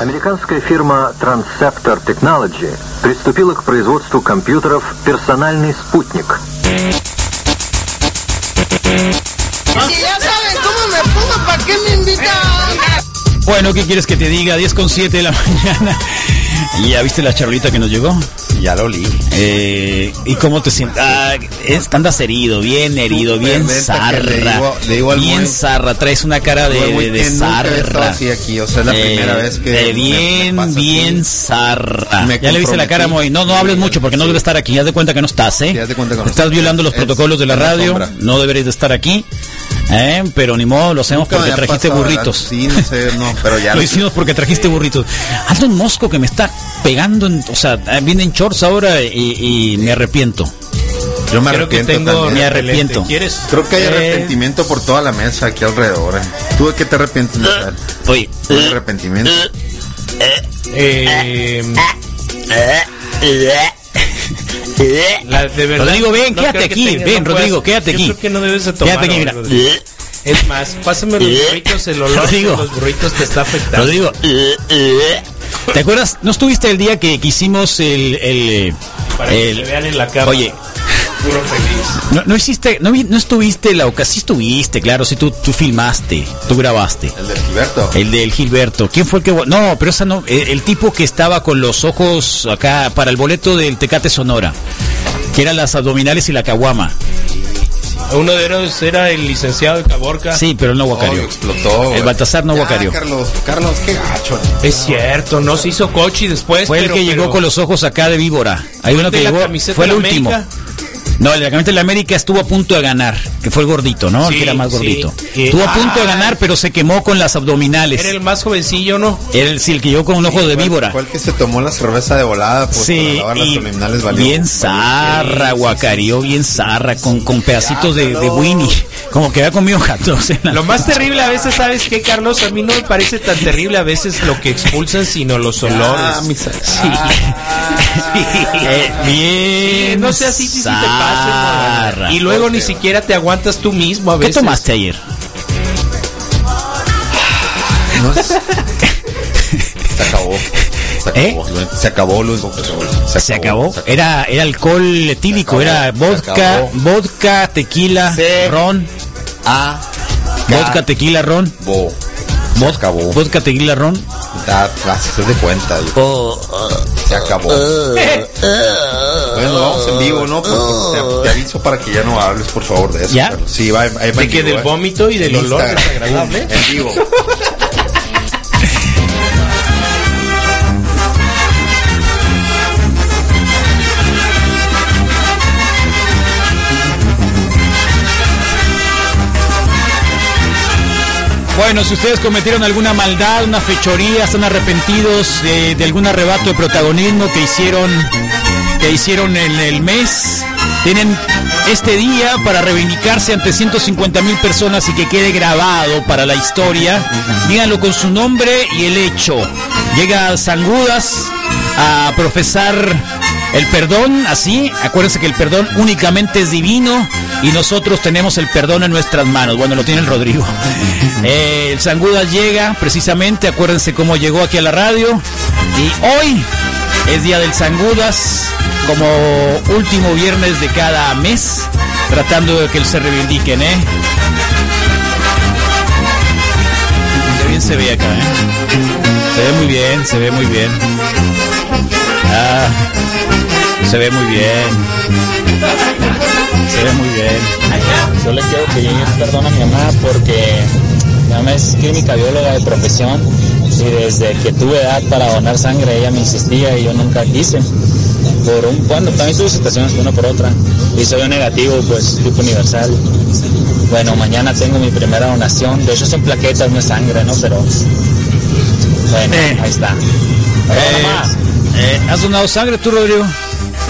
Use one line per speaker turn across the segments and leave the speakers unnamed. Американская фирма Transceptor Technology приступила к производству компьютеров «Персональный спутник».
Si ya saben cómo me pongo, ¿para qué me invitan?
Bueno, ¿qué quieres que te diga? 10 con 7 de la mañana. ¿Ya viste la charolita que nos llegó?
Ya lo olí.
Eh, ¿Y cómo te sientes? Ah, es- andas herido, bien herido, bien
Supermenta que
zarra.
le digo- le digo al
bien
Moy-
zarra, traes una cara de,
Güey,
de,
güey,
de
que nunca he estado
zarra.
así aquí, o sea, es la
Eh,
primera vez que.
de
me-
bien,
me pasa así.
bien zarra.
Me
Ya le viste la cara, Moy.
comprometí.
No, no hables mucho porque no debes estar aquí. Haz de cuenta que no estás, ¿eh?
Sí, haz de cuenta que no
estás
estoy.
violando los
Es
protocolos de la
una
radio.
sombra.
No deberías de estar aquí. ¿eh? Pero ni modo, lo hacemos
Nunca me
porque
ha
trajiste
pasado,
burritos.
Sí, no sé, no, pero ya.
Lo hicimos porque trajiste burritos. Ando un mosco que me está pegando, en- o sea, eh, viene en shorts ahora y, y me arrepiento.
Yo me
Creo que
arrepiento
tengo
también.
me arrepiento.
¿Quieres?
Creo que hay
Eh.
arrepentimiento por toda la mesa aquí alrededor. eh. ¿Tú de qué te arrepientes, Natal?
Eh. Oye, Eh.
¿Cuál arrepentimiento?
Eh, la- de verdad,
Rodrigo, ven,
no
quédate
creo que
aquí,
tengas-
ven,
no puedas-
Rodrigo, quédate
yo
aquí.
creo que no debes de tomar
quédate aquí, mira.
algo, Rodrigo. Es más, pásame los burritos, el olor
Rodrigo.
de los burritos te está afectando.
Rodrigo, eh, ¿te acuerdas? ¿No estuviste el día que, que hicimos el... el,
para que
el-
se vean en la cámara.
Oye.
Puro feliz.
no, no hiciste, no, vi- no estuviste la ocasión, sí estuviste, claro, sí tú, tú filmaste, tú grabaste.
El de Gilberto.
El del Gilberto. ¿Quién fue el que.? vo- No, pero esa no. eh, El, tipo que estaba con los ojos acá para el boleto del Tecate Sonora. Que eran las abdominales y la caguama.
Uno de ellos era el licenciado de Caborca.
Sí, pero él no
Oh,
guacareó.
explotó. güey.
Baltasar no
Ya,
guacareó.
Carlos, Carlos, qué gacho.
Es cierto, no se hizo coche y después.
Fue el
pero-
que llegó
pero-
con los ojos acá de víbora. Hay uno que
de la
llegó.
camiseta
Fue el
de
último.
América?
No, el de la camiseta de la América estuvo a punto de ganar. Que fue el gordito, ¿no? el
Sí,
que era más
sí.
gordito.
Eh,
estuvo a punto de
ay.
ganar, pero se quemó con las abdominales.
Era el más jovencillo, ¿no?
Era el, sí, el que llegó con un ojo de víbora.
Fue el que se tomó la cerveza de volada pues,
Sí,
para lavar las
y
abdominales valió.
bien
valió-
zarra, guacarió, bien zarra, con, con pedacitos de, de
Sácalo.
Winnie, como que había comido gatos. en la-
Lo más terrible a veces, ¿sabes qué, Carlos? A mí no me parece tan terrible a veces lo que expulsan, sino los olores.
Ah, mis-
Eh, bien,
no sea así si te pasa.
zarra.
Y luego ni siquiera te aguantas tú mismo a
¿Qué
veces.
tomaste ayer?
No es- se acabó. Se
¿Eh?
acabó. Luis. Se acabó, Luis.
Se acabó. Era, era alcohol etílico,
Se acabó,
era
se
vodka,
acabó.
vodka, tequila,
Se-
ron,
A.
vodka, tequila, ron,
Bo. Se
vod-
acabó.
vodka, tequila, ron.
Da- Haces de cuenta. yo- Se acabó. Bueno, vamos en vivo, ¿no? Pues, te, te aviso para que ya no hables, por favor, de eso.
¿Ya?
Carlos. Sí, va, ahí va en
De que
vivo,
del
eh.
vómito y del
En
olor
Instagram.
desagradable.
En vivo.
Bueno, si ustedes cometieron alguna maldad, una fechoría, están arrepentidos de, de algún arrebato de protagonismo que hicieron, que hicieron en el mes, tienen este día para reivindicarse ante 150 mil personas y que quede grabado para la historia. Díganlo con su nombre y el hecho. Llega San Judas a profesar el perdón, así, acuérdense que el perdón únicamente es divino y nosotros tenemos el perdón en nuestras manos. Bueno, lo tiene el Rodrigo. Eh, el San Judas llega, precisamente, acuérdense cómo llegó aquí a la radio. Y hoy es día del San Judas, como último viernes de cada mes, tratando de que se reivindiquen, ¿eh? Qué bien se ve acá, ¿eh? Se ve muy bien, se ve muy bien. Ah. Se ve muy bien. Se ve muy bien.
Yo le quiero pedir perdón a mi mamá porque mi mamá es clínica bióloga de profesión y desde que tuve edad para donar sangre ella me insistía y yo nunca quise. Por un cuando también tuve situaciones una por otra y soy un negativo pues tipo universal. Bueno, mañana tengo mi primera donación, de hecho son plaquetas, no es sangre, ¿no? Pero bueno,
Eh.
ahí está. Perdón,
Eh,
mamá.
eh, ¿Has donado sangre tú, Rodrigo?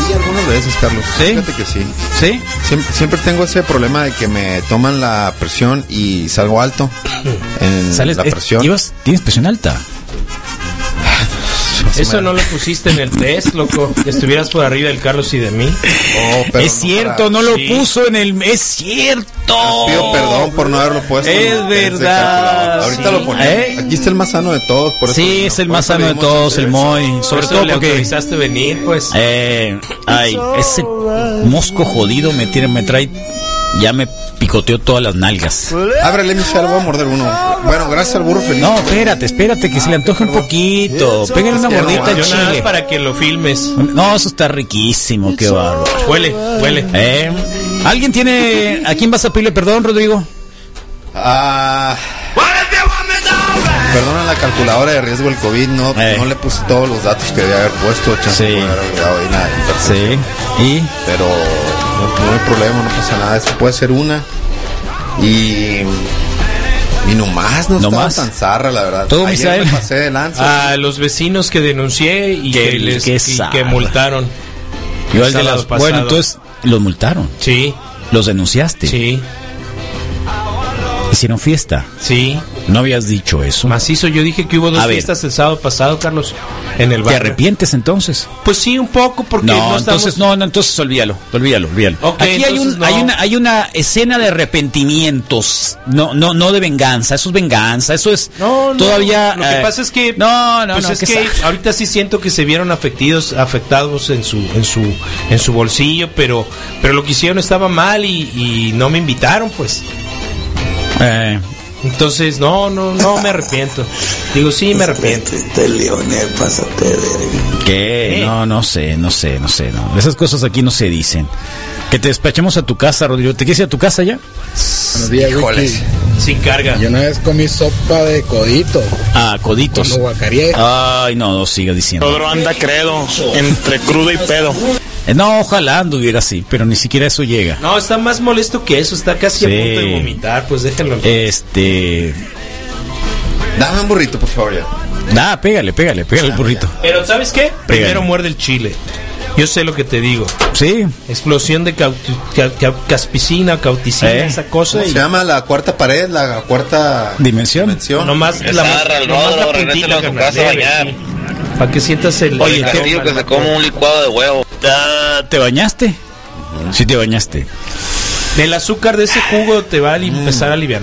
Sí, algunas veces, Carlos.
¿Sí?
Fíjate que sí.
¿Sí?
Siempre, siempre tengo ese problema de que me toman la presión y salgo alto en la
eh,
presión.
llevas- tienes presión alta.
O se
Eso
me-
no lo pusiste en el test, loco. Que estuvieras por arriba del Carlos y de mí.
Oh, pero
es
no
cierto,
para-
no lo
Sí.
puso en el. Es cierto.
Pido perdón por no haberlo puesto.
Es
en el test de
verdad,
calculadora. Ahorita
sí.
lo ponemos.
¿Eh?
Aquí está el más sano de todos. Por eso
Sí,
vino.
es el
Por
más
eso
sano de
vinimos
todos,
hacer
el
eso.
Moy. Sobre
Por eso
todo
le
porque.
autorizaste venir, pues.
Eh, ay, ese mosco jodido me tiene, me trae. Ya me picoteó todas las nalgas.
Ábrele, mi fiel, voy a morder uno. Bueno, gracias al burro feliz.
No, espérate, espérate, que se le antoje un poquito. Pégale una
Es que no,
mordita al
Yo nada más
chile.
para que lo filmes.
No, eso está riquísimo, qué bárbaro.
Huele, huele.
Eh, ¿Alguien tiene. ¿A quién vas a pedirle perdón, Rodrigo?
Ah. Perdona la calculadora de riesgo del COVID, no,
Eh.
no le puse todos los datos que debía haber puesto, chance
Sí.
de poder haber dado ahí nada, imperfección.
Eh,
Sí. ¿Y?
Pero no, no hay problema, no pasa nada, esto puede ser una. Y, y nomás no,
No
estaba
más.
tan zarra, la verdad.
Todo
Ayer
Misael.
me pasé de lanza.
A los vecinos que denuncié y
Qué-
que les
qué
y que
zarra.
multaron.
Yo al de
Sábado
las.
pasado.
Bueno, entonces, los multaron.
Sí,
Los denunciaste.
sí,
Hicieron fiesta.
sí.
No habías dicho eso.
Macizo, yo dije que hubo dos
A ver.
fiestas el sábado pasado, Carlos, en el
¿Te
barrio.
arrepientes entonces?
Pues sí, un poco, porque no,
No,
estamos-
entonces no, no, entonces olvídalo, olvídalo, olvídalo.
Ok,
Aquí hay,
entonces
un,
no.
hay, una, hay una escena de arrepentimientos, no, no, no de venganza, eso es venganza, eso es
No, no,
todavía.
Lo que
eh,
pasa es que.
no, no,
pues
no,
es que,
sa-
ahorita sí siento que se vieron afectados, afectados en su, en su, en su bolsillo, pero, pero lo que hicieron estaba mal y, y no me invitaron, pues.
eh,
Entonces, no, no, no me arrepiento. Digo, sí, me arrepiento.
Este Leonel, pásate de...
¿qué?
¿Eh?
No, no sé, no sé, no sé, no. Esas cosas aquí no se dicen. Que te despachemos a tu casa, Rodrigo. ¿Te quieres ir a tu casa ya?
Buenos días,
Híjoles.
Wiki.
Sin carga.
Yo una vez comí sopa de codito
Ah,
A Coditos.
cuando guacaré.
Ay, no, no sigas diciendo.
Rodro anda credo, entre crudo y pedo.
Eh, No, ojalá anduviera así, pero ni siquiera eso llega.
No, está más molesto que eso, está casi a
Sí. Eh,
punto de vomitar, pues déjenlo.
Este.
Dame un burrito, por favor, ya.
Nah, Ah, pégale, pégale, pégale el burrito.
Pero ¿sabes qué? Primero muerde el chile. Yo sé lo que te digo.
Sí.
Explosión de cauti- ca- ca- caspicina, cauticina,
¿Eh?
esa cosa.
¿Cómo
Y
se llama la cuarta pared, la cuarta
Dimensión.
dimensión?
nomás la,
Zarra, el
nomás la
Rodro, regrésalo a su
carnal,
casa a
leve,
bañar.
sí. Para que sientas el...
Oye,
el
tío
aroma,
que
la
se come un licuado de huevo.
Ah, ¿Te bañaste? Sí, te bañaste.
Del azúcar de ese jugo te va a
Mm.
li- empezar a aliviar.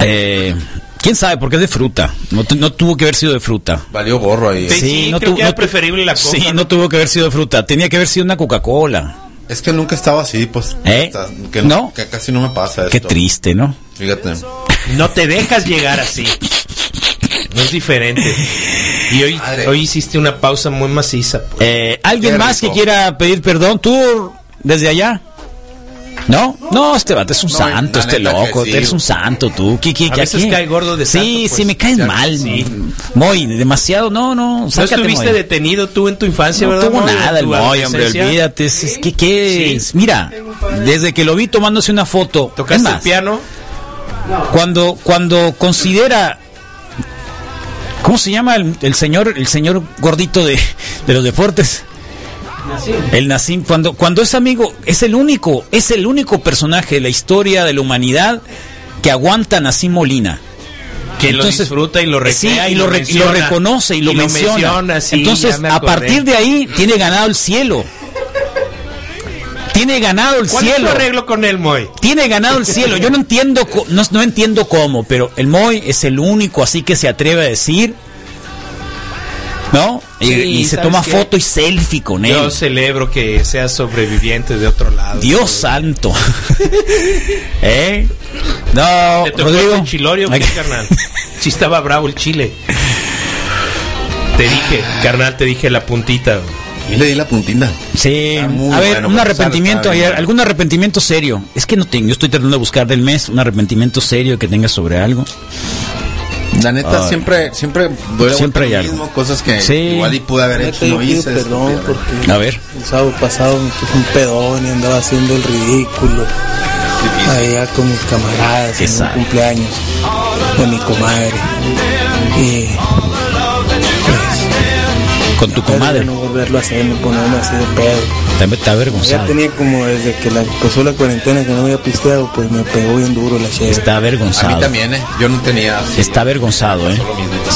Eh, ¿Quién sabe? Porque es de fruta. No, tu- no tuvo que haber sido de fruta.
Valió gorro ahí.
Sí,
no
creo
tu-
que era
no tu-
preferible la coca.
Sí, no tuvo que haber sido de fruta. Tenía que haber sido una Coca-Cola.
Es que nunca estaba así, pues.
¿Eh?
hasta Que no,
No.
Que casi no me pasa
Qué
esto.
triste, ¿no?
Fíjate.
No te dejas llegar así. No es diferente. Y hoy,
Madre.
hoy hiciste una pausa muy maciza. pues.
Eh, ¿Alguien
Qué
más que
rico.
quiera pedir perdón? ¿Tú desde allá? ¿No? No, este vato es un
No,
santo,
la
este
neta que
loco.
sí.
Eres un santo tú. ¿Qué, qué,
A
qué-
veces
qué?
cae gordo de santo,
Sí,
pues.
sí, me caes
Ya,
mal.
sí.
Muy, demasiado. No, no.
No
Sácate,
estuviste
Moy.
detenido tú en tu infancia,
No
¿verdad?
tuvo
Moy?
nada el
Tu
Moy, hombre,
adolescencia.
olvídate. Es, es que, ¿qué
Sí.
es? Mira, desde que lo vi tomándose una foto, es
¿Tocaste el
más,
piano?
cuando, cuando considera... ¿Cómo se llama el, el señor el señor gordito de, de los deportes? El Nacim, cuando, cuando es amigo, es el único, es el único personaje de la historia de la humanidad que aguanta Nacim Molina.
Que
Entonces-
lo disfruta y lo
Sí,
recrea
y, lo, re- y lo
menciona.
reconoce y lo menciona.
sí, ya
Entonces,
me
a
acordé.
partir de ahí, tiene ganado el cielo. Tiene ganado el
¿Cuál es tu
cielo.
arreglo con él, Moy?
Tiene ganado el cielo. Yo no entiendo, co- no, no entiendo cómo, pero el Moy es el único así que se atreve a decir, ¿no? Y,
Sí,
y se
¿sabes
toma
qué?
foto y selfie con él.
Yo celebro que seas sobreviviente de otro lado.
Dios santo. ¿Eh? No,
¿Te tocó
Rodrigo.
el chilorio,
Ay,
qué, carnal? Sí estaba bravo el chile. Te dije, carnal, te dije la puntita.
Y le di la puntita.
Sí,
Está muy
a ver,
bueno,
un
pero
arrepentimiento,
está bien.
ayer, algún arrepentimiento serio. Es que no tengo, yo estoy tratando de buscar del mes un arrepentimiento serio que tengas sobre algo.
La neta,
Ay.
siempre, siempre, doy la
Siempre
vuelta
hay
a lo
algo.
mismo, cosas que
Sí.
igual y pude haber
Neta,
hecho,
yo
no
pido
hice.
perdón
estúpido.
porque
A ver.
el sábado pasado me puse un pedón y andaba haciendo el ridículo
Ah,
allá con mis camaradas
Qué
en un
sad.
cumpleaños de mi comadre. Y pues,
Con tu comadre.
no volverlo a hacer, ni ponerme así de pedo.
También está
Ya
avergonzado.
tenía como desde que la, empezó la cuarentena que no había pisteado, pues me pegó bien duro la cheve.
Está
A mí
avergonzado.
también, ¿eh? Yo no tenía. así,
Está avergonzado, ¿eh?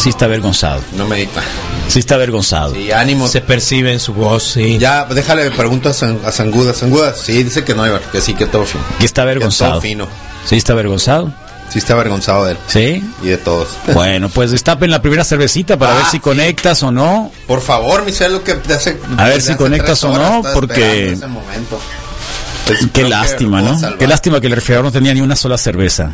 Sí, está avergonzado.
No me di pa-
Sí está avergonzado.
Y ánimo.
Se percibe en su voz, sí.
Ya, déjale, pregunto a, San- a Sanguda. Sanguda, sí, dice que no, Ibar, que sí, que todo fino.
Que está
Que
avergonzado.
todo fino.
Sí está avergonzado.
Sí está avergonzado de él
Sí.
y de todos.
Bueno, pues destapen la primera cervecita para
Ah,
ver si
sí.
conectas o no.
Por favor, mi lo que te hace...
A ver
te
si
hace
conectas
tres
o no,
estaba
porque-
esperando ese momento. Pues, creo que
Qué
lo
lástima,
puedo
¿no?
salvar.
Qué lástima que el refrigerador no tenía ni una sola cerveza.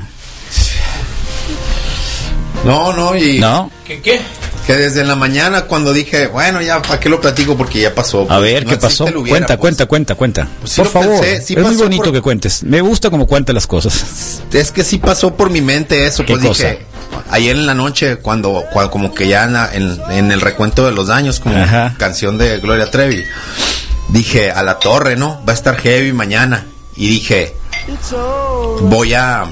No, no, y...
¿No?
¿Qué, qué?
Que desde la mañana cuando dije, bueno, ya, ¿para qué lo platico? Porque ya pasó.
A
pues,
ver,
no
¿qué
existe
pasó?
el hubiera,
cuenta,
pues.
cuenta, cuenta, cuenta.
Pues sí
por
lo
favor,
pensé, sí
es muy
pasó
bonito
por-
que cuentes. Me gusta como cuenta las cosas.
Es que sí pasó por mi mente eso,
¿Qué
pues dije, ayer en la noche, cuando, cua- como que ya en, la- en- en el recuento de los daños, como
Ajá.
canción de Gloria Trevi, dije, a la torre, ¿no? Va a estar heavy mañana. Y dije, voy a,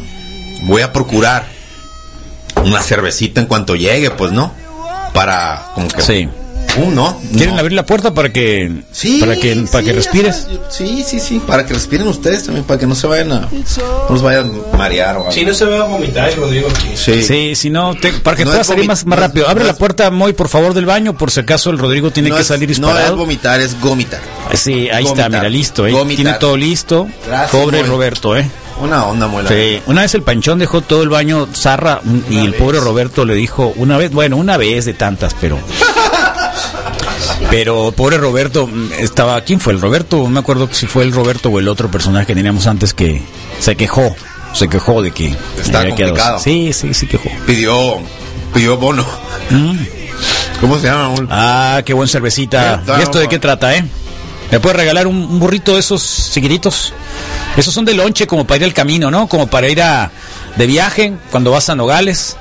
voy a procurar una cervecita en cuanto llegue, pues, ¿no? Para, como que...
Sí.
Uh, no,
¿Quieren
no.
abrir la puerta para que
Sí,
para que para
sí,
que
o
respires?
sea, yo- sí, sí, sí. Para que respiren ustedes también, para que no se vayan a. No los vayan a marear o algo.
Si no se va a vomitar, Rodrigo. aquí.
Sí.
Sí, si no, te- para que
No
pueda
es
salir
vomit-
más, más
no es-
rápido. Abre
no
la
es-
puerta, Moy, por favor, del baño, por si acaso el Rodrigo tiene
No
que
es-
salir
No es
disparado.
vomitar, es gomitar.
sí, ahí está,
Vomitar.
mira, listo, ¿eh?
Vomitar.
Tiene todo listo.
Gracias,
Pobre
Moy.
Roberto, ¿eh?
Una onda muy
Sí. Una vez el panchón dejó todo el baño zarra un- y el pobre Roberto le dijo una vez, bueno, una vez de tantas, pero. Pero pobre Roberto mm, estaba. ¿Quién fue el Roberto? No me acuerdo si fue el Roberto o el otro personaje que teníamos antes que se quejó. Se quejó de que.
Estaba
había quedado-
complicado.
Sí, sí, sí quejó.
Pidió. Pidió bono.
Mm.
¿Cómo se llama? Un-
Ah, qué buen cervecita.
Ya está,
¿Y esto de qué trata, eh? ¿Me puedes regalar un, un burrito de esos chiquititos? Esos son de lonche como para ir al camino, ¿no? Como para ir a de viaje cuando vas a Nogales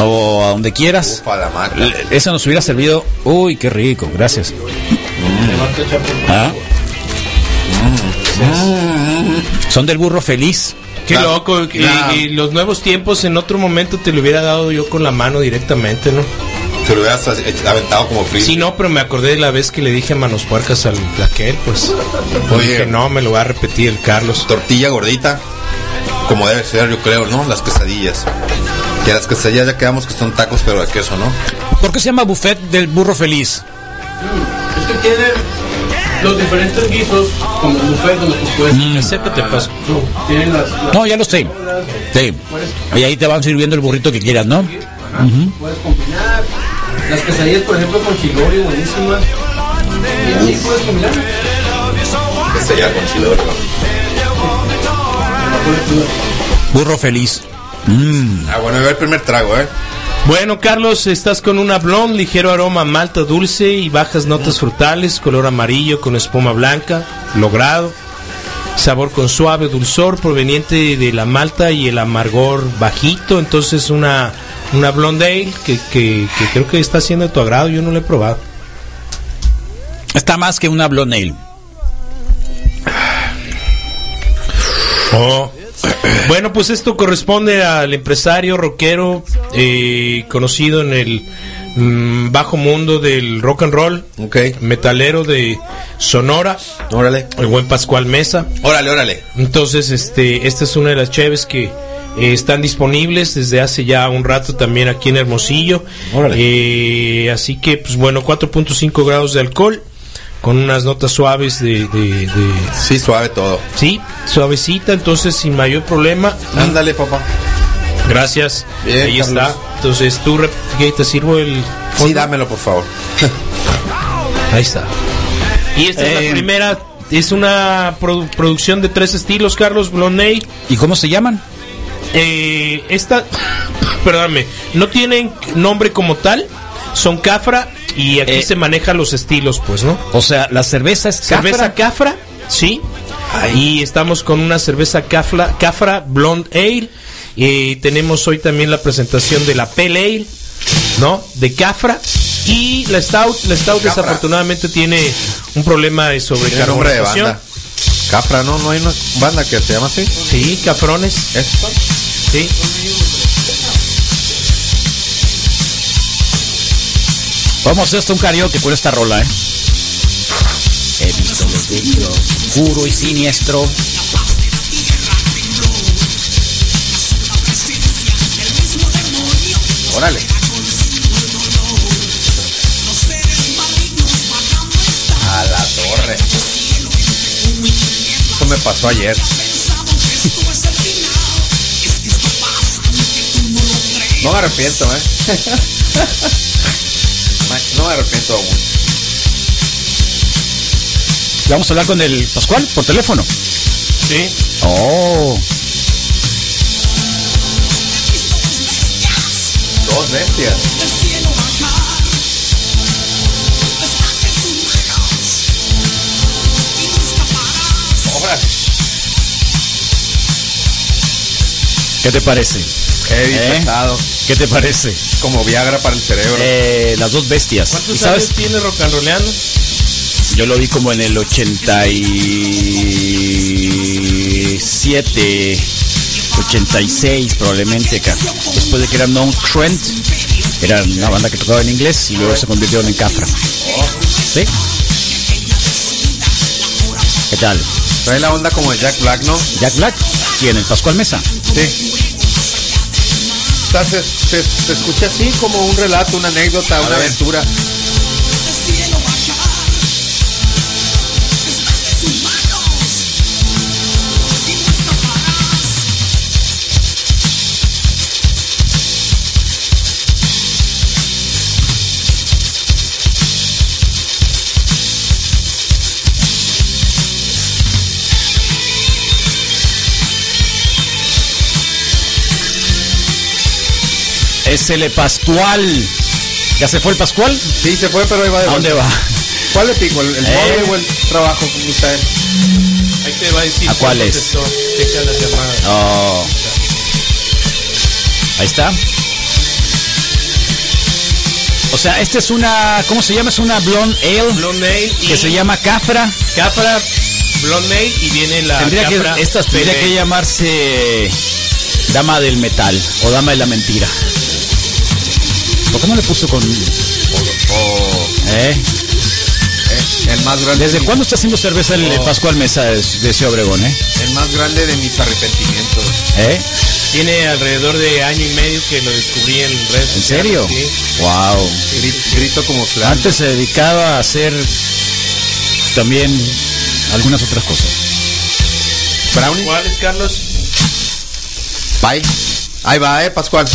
o a donde quieras.
Ufa, la maca.
L- Eso nos hubiera servido. Uy, qué rico, gracias. Ah. Mm. Son del burro feliz.
Qué
La-
loco. Y,
la-
y los nuevos tiempos, en otro momento te lo hubiera dado yo con la mano directamente, ¿no?
Se lo hubieras ach- aventado como frío.
Sí, no, pero me acordé de la vez que le dije manos puercas al aquel, pues.
Oye.
Oye, no, me lo va a repetir el Carlos.
Tortilla gordita. Como debe ser, yo creo, ¿no? Las quesadillas. Que las quesadillas ya quedamos que son tacos, pero de queso, ¿no?
¿Por qué se llama buffet del burro feliz?
Es que tiene los diferentes guisos, como el buffet, donde tú
Mm,
puedes.
Acéptate, Paso.
Tienen las, las-
No, ya lo sé. Sí. Y ahí te van sirviendo el burrito que quieras, ¿no?
puedes combinar. Las quesadillas, por ejemplo, con chilori, buenísimas. Y así puedes combinar.
Quesadilla con chile verde.
Burro feliz.
Ah, bueno, iba el primer trago, ¿eh?
Bueno, Carlos, estás con una blonde, ligero aroma a malta dulce y bajas notas frutales, color amarillo con espuma blanca, logrado. Sabor con suave dulzor proveniente de la malta y el amargor bajito. Entonces, una, una blonde ale que, que- que creo que está siendo de tu agrado. Yo no la he probado.
Está más que una blonde ale.
Oh. Bueno, pues esto corresponde al empresario rockero eh, conocido en el mm, bajo mundo del rock and roll,
Ok.
metalero de Sonora,
Órale.
el buen Pascual Mesa.
Órale, órale.
Entonces, este, esta es una de las cheves que eh, están disponibles desde hace ya un rato también aquí en Hermosillo.
Órale.
Eh, así que, pues bueno, 4.5 grados de alcohol con unas notas suaves de- de- de,
Sí, suave todo.
Sí, suavecita, entonces sin mayor problema.
Mm.
Ándale, papá.
Gracias.
Bien,
Ahí
Carlos.
está. Entonces tú re- ¿qué te sirvo el
Sí, dámelo, por favor.
Ahí está. Y esta es
Eh,
la primera es una produ- producción de tres estilos, Carlos Bloney.
¿Y cómo se llaman?
Eh, esta perdóname, no tienen nombre como tal, son Cafra y aquí
Eh.
se manejan los estilos, pues, ¿no?
O sea, la cerveza es
Cerveza Cafra, sí. Y estamos con una cerveza Cafra, Cafra Blonde Ale. Y tenemos hoy también la presentación de la Pale Ale, ¿no? De Cafra. Y la Stout, la Stout
Cafra.
desafortunadamente tiene un problema de
Tiene nombre de
sobrecarbonatación.
banda. Cafra, ¿no? ¿No hay una banda que se llama así?
Sí, cafrones,
¿Esto?
sí.
Vamos a hacer hasta un karaoke con esta rola, ¿eh? He visto los vidrios, oscuro y siniestro.
Órale. eso me pasó ayer. No me arrepiento, ¿eh? No me arrepiento aún.
Vamos a hablar con el Pascual por teléfono.
Sí.
Oh.
Dos bestias. Ahora,
¿Qué te parece?
Heavy,
¿Eh?
pesado.
¿Qué te parece?
Como Viagra para el cerebro.
Eh, las dos bestias. ¿Y
¿Cuántos
sabes?
años tiene Rocanroleano?
Yo lo vi como en el 87, 86 probablemente acá. Después de que eran Non Trent, era una banda que tocaba en inglés y luego se convirtieron en Cafra. ¿Sí? ¿Qué tal?
Trae la onda como de Jack Black, ¿no?
Jack Black, ¿quién? El Pascual Mesa.
Sí. O sea, se, se- se escucha así como un relato, una anécdota, una aventura.
Es el Pascual. ¿Ya se fue el Pascual?
Sí, se fue, pero ahí va de
¿A dónde
vuelta.
va?
¿Cuál le pico? ¿El, el
Eh.
móvil o el trabajo con Misael?
Ahí te va a decir.
¿A
si
cuál es?
contestó. Checa la llamada.
Oh. Ahí está. O sea, esta es una, ¿cómo se llama? Es una blonde ale
Blonde Ale y
que se llama Cafra.
Capra Blonde Ale y viene la
tendría
Capra
que esta tendría
Bebe.
que llamarse Dama del Metal o Dama de la Mentira. ¿Por qué no le puso con eh?
Eh, el más grande.
¿Desde
de-
cuándo está haciendo cerveza el eh, Pascual Mesa de, de Ciudad Obregón, eh?
El más grande de mis arrepentimientos.
¿Eh?
Tiene alrededor de año y medio que lo descubrí en redes
¿En
sociales,
serio?
sí.
Wow.
Grito, grito como flan.
Antes se dedicaba a hacer también algunas otras cosas.
Brownie.
¿Cuál es, Carlos?
Bye. Ahí va, eh, Pascual.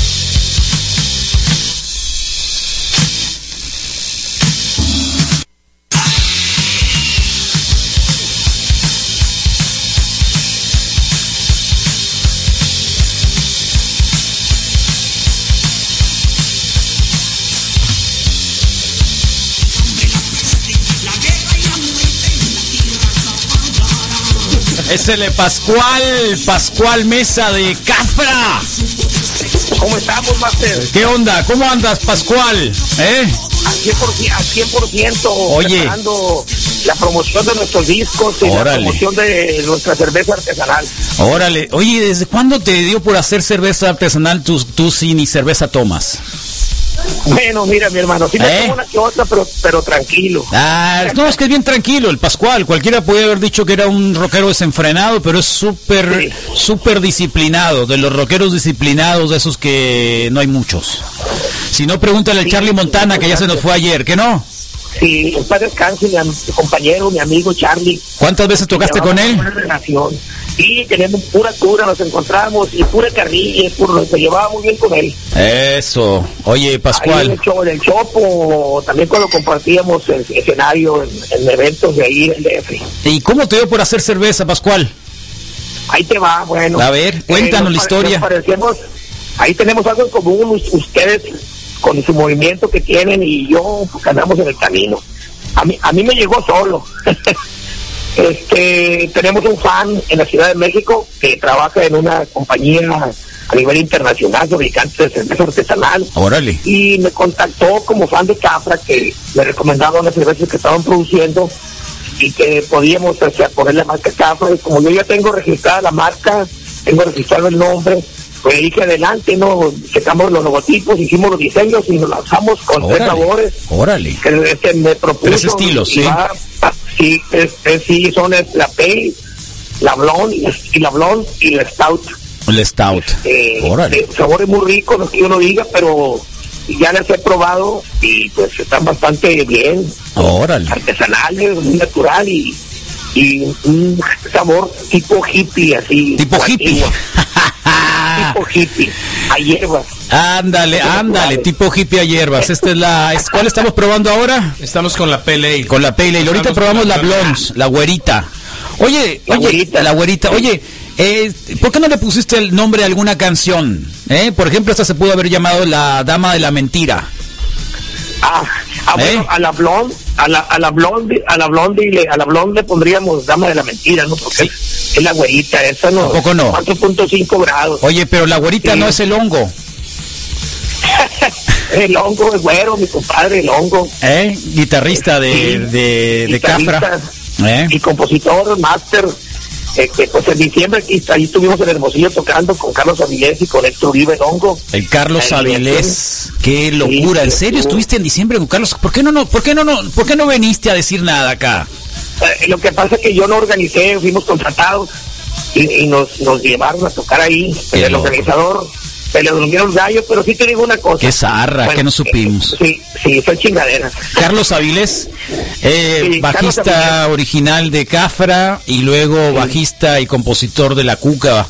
Es el eh, Pascual, Pascual Mesa de Cafra.
¿Cómo estamos, Master?
¿Qué onda? ¿Cómo andas, Pascual? ¿Eh?
Al 100%, al 100%
Oye.
preparando la promoción de nuestros discos y la
Órale.
promoción de nuestra cerveza artesanal.
Órale. Oye, ¿desde cuándo te dio por hacer cerveza artesanal tú, tú sí ni cerveza tomas?
Bueno, mira, mi hermano, sí
¿Eh?
me tomo una que otra, pero, pero tranquilo.
Ah, no, es que es bien tranquilo el Pascual. Cualquiera podía haber dicho que era un rockero desenfrenado, pero es súper, súper disciplinado. De los rockeros disciplinados, de esos que no hay muchos. Si no, pregúntale al
Sí,
Charlie
sí,
Montana, que ya se nos fue ayer, ¿que no?
Sí, en paz descanse mi, am- compañero, mi amigo Charlie.
¿Cuántas veces tocaste con
Llevamos
él?
una relación. Y tenemos pura cura, nos encontramos y pura carrilla, y puro, se llevaba muy bien con él.
Eso. Oye,
Ahí en el,
Pascual.
show, en el Chopo, también cuando compartíamos el escenario en, en eventos de ahí del DF.
¿Y cómo te dio por hacer cerveza, Pascual?
Ahí te va, bueno. Eh,
A ver, cuéntanos
nos
la
pare-
historia.
nos parecemos- ahí tenemos algo en común us- ustedes con su movimiento que tienen y yo pues, andamos en el camino. A mí, a mí me llegó solo. este Tenemos un fan en la Ciudad de México que trabaja en una compañía a nivel internacional de fabricantes de cerveza artesanal
Órale.
y me contactó como fan de Cafra que me recomendaban las cervezas que estaban produciendo y que podíamos o sea, poner la marca Cafra y como yo ya tengo registrada la marca, tengo registrado el nombre, pues dije adelante, no checamos los logotipos, hicimos los diseños y nos lanzamos con tres sabores
Órale.
que este, me propuso.
Tres estilos,
y
sí.
va- sí, es- es- sí, son es la Pale, la Blonde y la Blonde y la Stout
El stout.
eh,
Órale.
de sabores muy ricos, no es que uno diga, pero ya las he probado y pues están bastante bien,
Órale.
artesanales, muy natural y y un sabor tipo hippie, así.
Tipo hippie. Ah.
antigua. tipo hippie, a hierbas.
Ándale, ándale, tipo hippie a hierbas. Esta es la. es- ¿Cuál estamos probando ahora?
Estamos con la PLA.
Con la Pale Ale. Ahorita
Estamos
probamos
con
la
la
Blondes, la güerita. Oye,
La
oye,
güerita.
la güerita. Oye, eh, ¿por qué no le pusiste el nombre a alguna canción? Eh, Por ejemplo, esta se pudo haber llamado La Dama de la Mentira.
Ah, ah, bueno,
¿Eh?
a la blonde, a la, a la blonde, a la blonde, y le- a la blonde le pondríamos dama de la mentira, ¿no? Porque es, es la güerita, esa no.
¿A poco no? Oh.
4.5 grados.
Oye, pero la güerita
Sí.
no es el hongo.
El hongo, el güero, mi compadre, el hongo.
¿Eh? Guitarrista de,
Sí.
de, de Cafra.
Guitarrista
¿Eh?
Y compositor, máster. Este, pues en diciembre aquí, ahí estuvimos en Hermosillo tocando con Carlos Avilés y con Héctor Uribe el hongo.
El Carlos
La
Avilés,
alineación.
qué locura,
Sí,
en serio
estuvo-
estuviste en diciembre con Carlos, ¿por qué no no, por qué no no, por qué no veniste a decir nada acá?
Eh, lo que pasa es que yo no organicé, fuimos contratados y, y nos, nos llevaron a tocar ahí.
Qué
el
loco.
organizador se le durmieron los gallos, pero sí te digo una cosa.
Qué zarra, que no supimos.
eh, sí, sí, fue chingadera.
Carlos Avilés, eh,
Sí, Carlos
bajista
Avilés.
original de Cafra y luego bajista y compositor de La Cuca,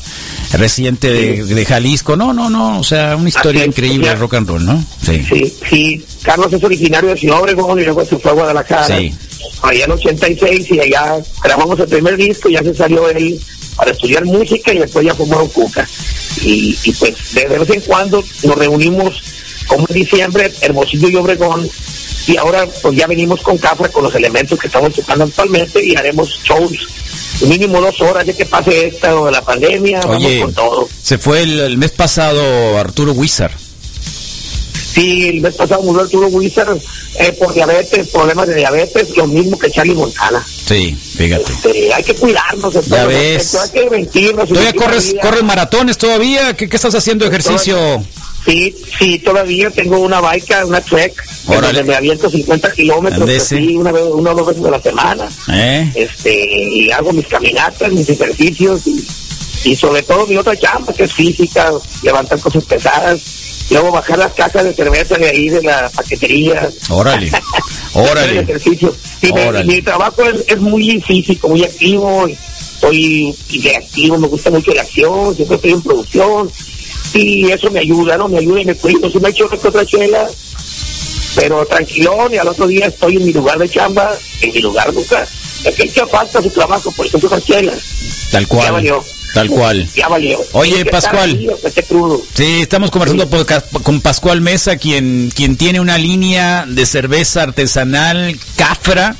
reciente de, de Jalisco. No, no, no, o sea, una historia
Así es,
increíble de
ya.
rock and roll, ¿no? Sí.
Sí, sí, Carlos es originario de Ciudad Obregón y luego se fue a Guadalajara.
Sí.
Allá en 86 y allá grabamos el primer disco y ya se salió él para estudiar música y después ya fuimos a Cuca. Y, y pues de vez en cuando nos reunimos como en diciembre, Hermosillo y Obregón. Y ahora pues ya venimos con Cafra con los elementos que estamos tocando actualmente y haremos shows. Mínimo dos horas ya que pase esta o la pandemia, vamos
Oye,
con todo.
se fue el, el mes pasado Arturo Wizard.
Sí, el mes pasado murió Arturo Wizard eh, por diabetes, problemas de diabetes, lo mismo que Charlie Montana.
Sí, fíjate.
Este, hay que cuidarnos, en
Ya
todo
ves.
aspecto, hay que mentirnos.
¿Todavía corres, corres maratones todavía? ¿Qué, qué estás haciendo
Pues,
ejercicio?
Sí, sí, todavía tengo una baica, una trek, en
Órale.
donde me aviento 50 kilómetros,
Ande
pues,
ese.
sí, una, vez, una o dos veces a la semana.
¿Eh?
Este, y hago mis caminatas, mis ejercicios y, y sobre todo mi otra chamba que es física, levantar cosas pesadas, luego bajar las cajas de cerveza de ahí de la paquetería.
Órale,
hacer
órale.
ejercicio. Y me-
Órale.
mi trabajo es, es muy físico, muy activo. y Soy reactivo, me gusta mucho la acción, siempre estoy en producción. Y eso me ayuda, ¿no? Me ayuda y me cuido. Si me echo una que otra chela, pero tranquilón, y al otro día estoy en mi lugar de chamba, en mi lugar nunca. Aquel que falta su trabajo, por ejemplo, esas chelas,
Tal
Ya valió.
cual. Tal cual.
ya valió.
Oye,
Tiene que estar
Pascual.
ahí, aunque esté crudo.
Sí, estamos conversando por ca- con Pascual Mesa, quien, quien tiene una línea de cerveza artesanal Cafra,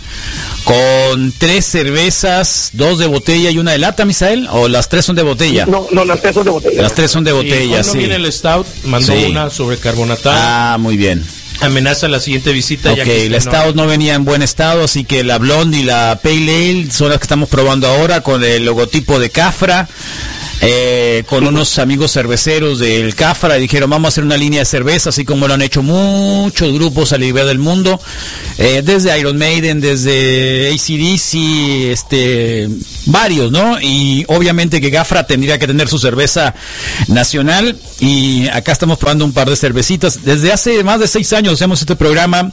con tres cervezas, dos de botella y una de lata, Misael, o las tres son de botella.
No, no, las pesos de botella.
Las tres son de
Y
botella,
hoy no
sí.
viene el stout, mandó
Sí.
una sobre carbonatada.
Ah, muy bien.
Amenaza la siguiente visita. ya
Ok,
que
la
este no-
Stout no venía en buen estado, así que la Blonde y la Pale Ale son las que estamos probando ahora con el logotipo de Cafra. eh, con unos amigos cerveceros del Cafra y dijeron vamos a hacer una línea de cerveza así como lo han hecho muchos grupos a la nivel del mundo eh, desde Iron Maiden desde ACDC este varios no y obviamente que Cafra tendría que tener su cerveza nacional y acá estamos probando un par de cervecitas desde hace más de seis años hacemos este programa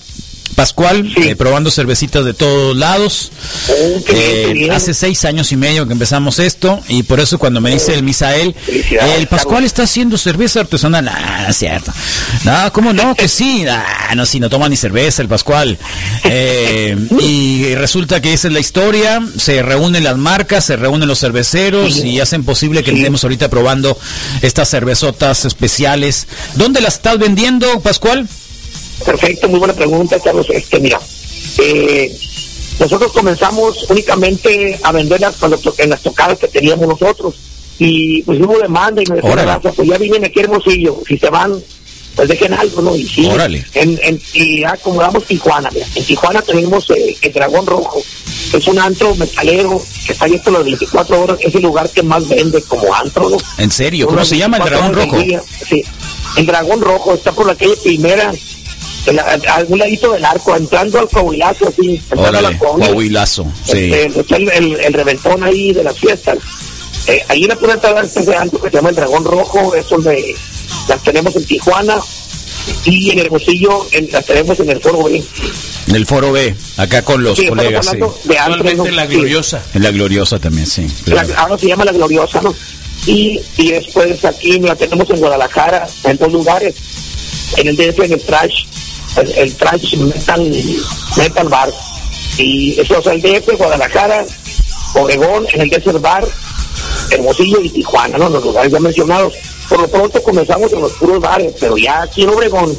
Pascual,
Sí.
eh, probando cervecitas de todos lados.
Oh, qué bien, qué
Eh,
bien.
hace seis años y medio que empezamos esto, y por eso cuando me dice el Misael,
Felicidades,
el Pascual
Carlos.
está haciendo cerveza artesanal. Ah, no es cierto. No, ¿cómo no? Que sí. Ah, no, si no toma ni cerveza el Pascual. Eh, y resulta que esa es la historia. Se reúnen las marcas, se reúnen los cerveceros y hacen posible que estemos ahorita probando estas cervezotas especiales. ¿Dónde las estás vendiendo, Pascual?
Perfecto, muy buena pregunta, Carlos. Este, mira, eh, nosotros comenzamos únicamente a venderlas cuando to- en las tocadas que teníamos nosotros. Y pues hubo demanda y me decía, la
Órale.
raza, pues ya vienen aquí a hermosillo, si se van, pues dejen algo, ¿no? Y sí,
Órale.
En, en- y acomodamos Tijuana, mira. En Tijuana tenemos eh, el Dragón Rojo, que es un antro metalero que está abierto las 24 horas, es el lugar que más vende como antro, ¿no?
En serio, ¿cómo
Unas
se llama el
24
dragón rojo?
horas del día. Sí, el dragón rojo está por la calle primera, en la- a algún ladito del arco, entrando al coahuilazo, así, entrando a
Órale,
la Coahuila.
Coahuilazo, sí.
Este, está el, el- el reventón ahí de las fiestas. Eh, ahí en la puerta de arte de algo que se llama el dragón rojo, eso de, las tenemos en Tijuana. y en Hermosillo en- las tenemos en el Foro B.
En el foro B, acá con los
Sí, estamos
colegas. sí.
hablando de antros, ¿no? Sí.
En la gloriosa también, sí.
La-
claro.
ahora se llama La Gloriosa, ¿no? Y, y después aquí la tenemos en Guadalajara, en dos lugares. En el DF, en el Trash, el, el Trash Metal, Metal Bar. Y eso es el DF, Guadalajara, Obregón, en el Desert Bar, Hermosillo y Tijuana, ¿no? Los lugares ya mencionados. Por lo pronto comenzamos en los puros bares, pero ya aquí en Obregón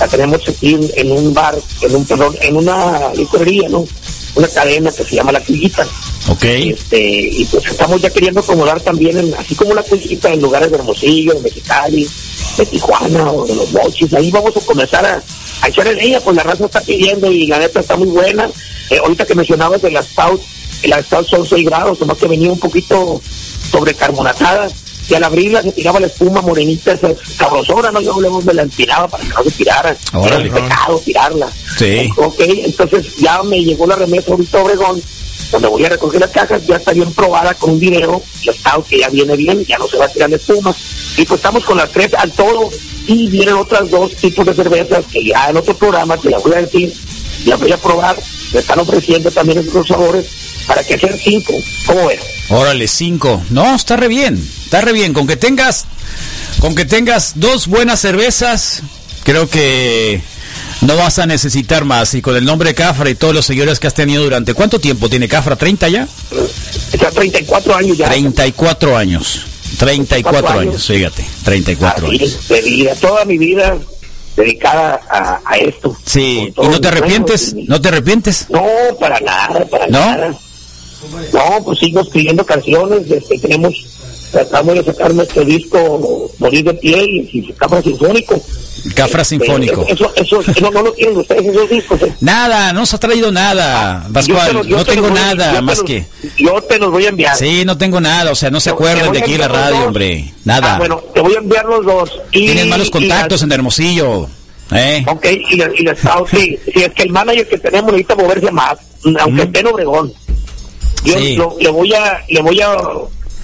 la tenemos aquí en, en un bar, en un, perdón, en una licorería, ¿no? Una cadena que se llama La Quillita.
Ok.
Este, y pues estamos ya queriendo acomodar también, en- así como la Quillita, en lugares de Hermosillo, de Mexicali, de Tijuana o de los Mochis. Ahí vamos a comenzar a, a echar en ella, pues la raza está pidiendo y la neta está muy buena. Eh, ahorita que mencionabas de las Stout, las Stout son 6 grados, nomás que venía un poquito sobrecarbonatada y al abrirla se tiraba la espuma morenita, esa sabrosora, ¿no? Yo luego me la empinaba para que no se tirara. Era
Órale.
un pecado tirarla.
Sí.
Ok, entonces ya me llegó la remesa ahorita a Obregón, donde voy a recoger las cajas, ya está bien probada con un video, el estado que ya viene bien, ya no se va a tirar la espuma. Y pues estamos con las tres al todo y vienen otras dos tipos de cervezas que ya en otro programa te las voy a decir, las voy a probar, me están ofreciendo también esos sabores para que sean cinco. ¿Cómo ves?
Órale, cinco. No, está re bien. Está re bien. Con que tengas, con que tengas dos buenas cervezas, creo que no vas a necesitar más. Y con el nombre de Cafra y todos los seguidores que has tenido durante cuánto tiempo tiene Cafra, 30 ya?
Está 34 años ya.
34 años. 34
años.
años, fíjate. 34
Así
años.
es, de vida, toda mi vida dedicada a, a esto.
Sí,
Con
¿y
todos
no te
mis
arrepientes?
sueños y-
¿No te arrepientes?
No, para nada, para
¿No?
nada. No, pues sigo escribiendo canciones, este, tenemos, tratamos de sacar nuestro disco Morir de Pie y, y Cámara Sinfónico.
Cafra
Este,
Sinfónico.
Eso, eso, eso no lo tienen ustedes, esos discos. eh.
Nada, no se ha traído nada, Pascual.
te lo- Ah, yo
no
te
tengo
lo voy- yo
nada
te
más
lo-
que.
Yo te los voy a enviar.
Sí, no tengo nada, o sea, no se
Te- te
acuerdan
voy
de
a
aquí la
enviar los
radio,
dos.
hombre. Nada.
Ah, bueno, te voy a enviar los dos. Y,
Tienes malos
y
contactos en Hermosillo. ¿Eh?
la- ok, y la, y la Estado, sí, sí, es que el manager que tenemos necesita moverse más, mm, aunque esté en Obregón. Yo
Sí.
lo- le voy a le voy a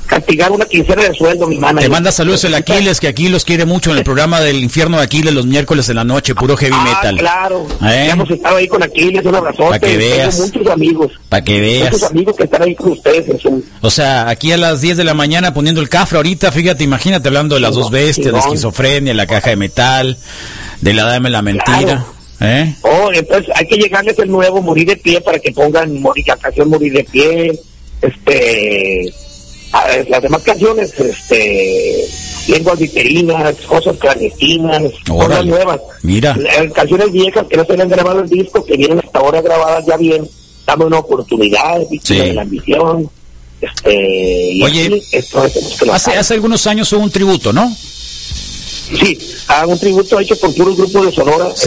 castigar una quincena de sueldo, mi manager.
Te manda saludos el Aquiles, que aquí los quiere mucho en el programa del infierno de Aquiles los miércoles en la noche, puro heavy
Ah,
metal.
claro.
¿Eh?
Ya hemos estado ahí con Aquiles, un abrazote.
Pa' que veas.
Tengo muchos amigos.
Para que
Muchos
veas.
amigos que están ahí con ustedes en Zoom.
O sea, aquí a las 10 de la mañana poniendo el cafre ahorita, fíjate, imagínate hablando de las dos bestias, de esquizofrenia, la caja de metal, de la dame la mentira. ¿Eh?
Oh, entonces hay que llegarles el nuevo Morir de Pie para que pongan morir, la canción Morir de Pie. Este. a ver, las demás canciones, este. Lenguas viterinas, cosas clandestinas, cosas
Órale.
nuevas.
Mira.
Eh, canciones viejas que no se le han grabado el disco, que vienen hasta ahora grabadas ya bien, dame una oportunidad, víctima
Sí.
de la ambición. Este, y
Oye,
así, esto hacemos que lo
Hace,
hagan.
hace algunos años hubo un tributo, ¿no?
Sí, hago un tributo hecho por puros grupos de Sonora. este,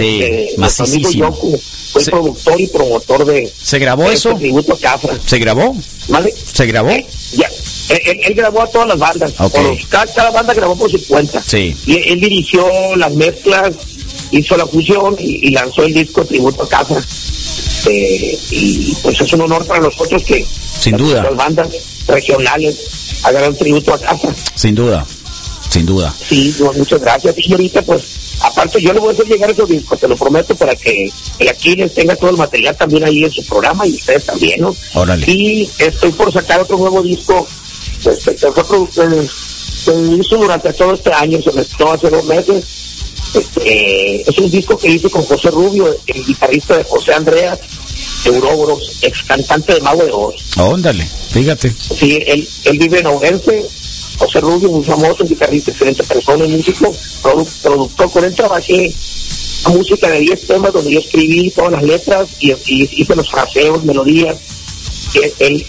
Sí,
nuestro amigo
macizísimo.
Yoko fue
Sí.
productor y promotor de,
¿Se grabó
de
eso?
este tributo a Cafra.
¿Se grabó?
¿Vale? Eh,
¿Se grabó?
Ya. Él, él- él grabó a todas las bandas.
Ok.
por los- cada, cada banda grabó por su cuenta.
Sí.
Y él, él dirigió las mezclas, hizo la fusión y, y lanzó el disco Tributo a Cafra. Eh, y pues es un honor para nosotros que
Sin
las-
duda.
las bandas regionales hagan un tributo a Cafra.
Sin duda. Sin duda.
Sí, no, muchas gracias. Y ahorita, pues, aparte, yo le voy a hacer llegar esos discos, te lo prometo, para que el Aquiles tenga todo el material también ahí en su programa y ustedes también, ¿no?
Órale.
Y estoy por sacar otro nuevo disco pues, que se fue produ- eh, se hizo durante todo este año, se mezcló hace dos meses. Este, es un disco que hice con José Rubio, el guitarrista de José Andreas, Euroboros, ex cantante de Mago de Oz.
Óndale, Oh, fíjate.
Sí, él, él vive en Ourense. José Rubio, muy famoso, un guitarrista, excelente persona, y músico, produ- productor. Con él trabajé la música de 10 temas donde yo escribí todas las letras y, y hice los fraseos, melodías. Él, él,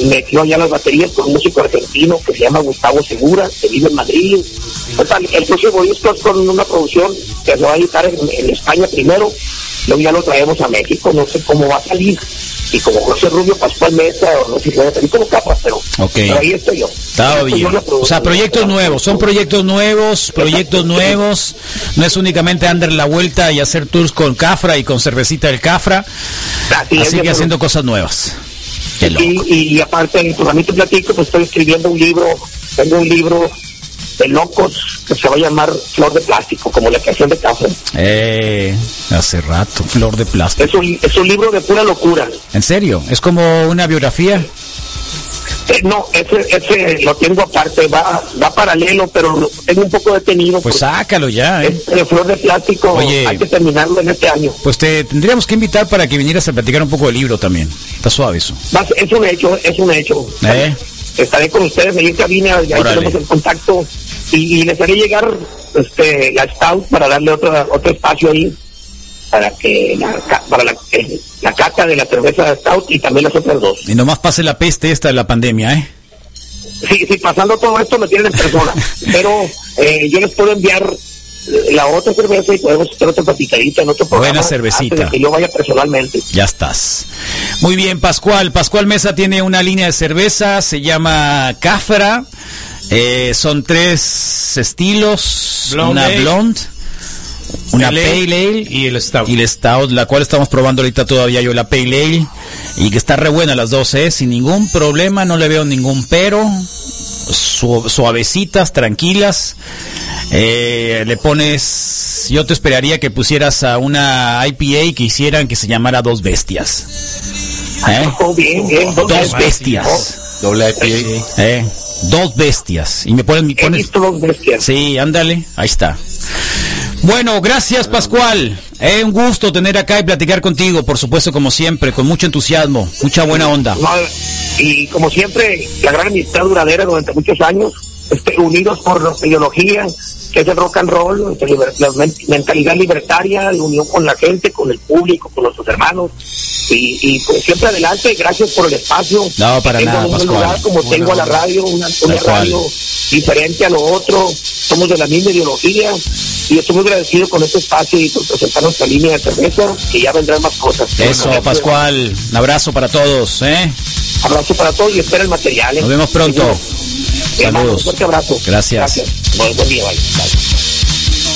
él metió allá las baterías con un músico argentino que se llama Gustavo Segura, que vive en Madrid. Total, el próximo disco es con una producción que se va a editar en, en España primero, luego ya lo traemos a México, no sé cómo va a salir. Y como José Rubio Pascual Mesa, o no sé si voy a salir como capa, pero,
Ok.
pero ahí estoy yo.
Está
Ahí estoy
bien.
yo en la produ-
O sea, proyectos nuevos, son proyectos nuevos, proyectos nuevos. No es únicamente andar la vuelta y hacer tours con Cafra y con cervecita del Cafra.
Así es,
Así que
ya
haciendo cosas nuevas. Qué loco.
Y, y aparte, en tu ramito platico, pues estoy escribiendo un libro, tengo un libro de locos que se va a llamar Flor de Plástico, como la canción de Cafre.
Eh, hace rato, flor de plástico.
Es un, es un libro de pura locura.
¿En serio? ¿Es como una biografía?
Eh, no, ese, ese lo tengo aparte, va, va paralelo, pero lo tengo un poco detenido.
Pues sácalo ya, ¿eh?
Este de Flor de Plástico
Oye.
hay que terminarlo en este año.
Pues te tendríamos que invitar para que vinieras a platicar un poco del libro también. Está suave eso.
Va a ser- es un hecho, es un hecho.
¿Eh?
Estaré con ustedes ahí en cabina, ya
Órale.
tenemos el contacto y, y les haré llegar este, la Stout para darle otro, otro espacio ahí para que la, ca- para la, eh, la cata de la cerveza Stout y también las otras dos.
Y nomás pase la peste esta de la pandemia, ¿eh?
Sí, sí, pasando todo esto me tienen en persona. Pero eh, yo les puedo enviar eh, la otra cerveza y podemos hacer otra platicadita en otro programa.
Buena cervecita.
antes de que yo vaya personalmente.
Ya estás. Muy bien, Pascual. Pascual Mesa tiene una línea de cerveza, se llama Cafra. Eh, son tres estilos.
Blonde
una
ale.
blonde, una
Ale
pale ale
y el Stout.
y la Stout, la cual estamos probando ahorita todavía yo, la Pale Ale, y que está re buena las dos, ¿eh? sin ningún problema, no le veo ningún pero, su- suavecitas, tranquilas, Eh, le pones, yo te esperaría que pusieras a una IPA que hicieran que se llamara Dos Bestias, ¿eh?
Oh, bien, oh, bien.
Dos
veces.
Bestias,
Doble IPA.
¿eh? Dos Bestias, y me ponen, me
He
pones,
visto dos bestias.
Sí, ándale, ahí está. Bueno, gracias Pascual. Eh, un gusto tener acá y platicar contigo, por supuesto, como siempre, con mucho entusiasmo, mucha buena onda.
No, y como siempre, la gran amistad duradera durante muchos años, este, unidos por la ideología, que es el rock and roll, este, liber- la men- mentalidad libertaria, la unión con la gente, con el público, con nuestros hermanos. Y, y, pues siempre adelante, gracias por el espacio.
No, para
Tengo
nada,
un
Pascual.
lugar como tengo a la radio, una, una
Tal cual.
radio diferente a lo otro, somos de la misma ideología y estoy muy agradecido con este espacio y por presentar nuestra línea de cerveza, que ya vendrán más cosas.
Eso, Pascual, un abrazo para todos, ¿eh?
Abrazo para todos y espera el material. ¿eh?
Nos vemos pronto.
Te mando
Saludos.
Un fuerte abrazo.
Gracias.
Buen, buen día, bye. Bye.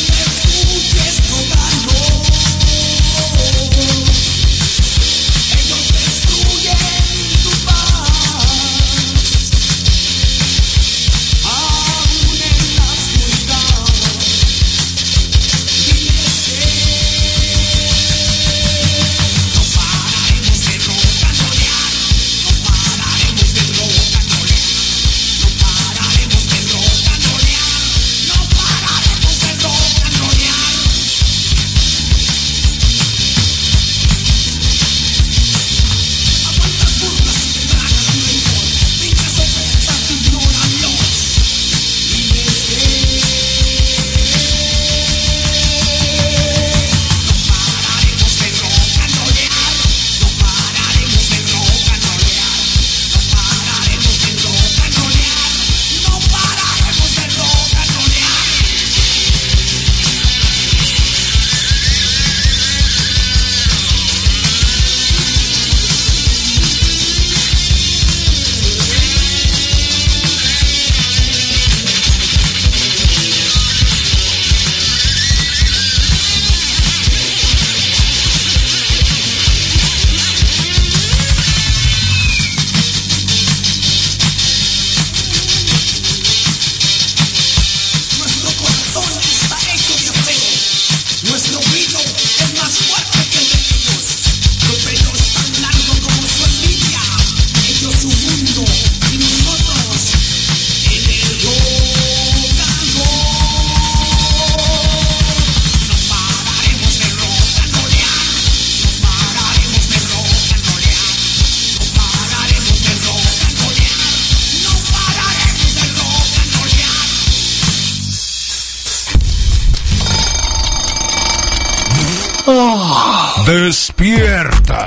Despierta.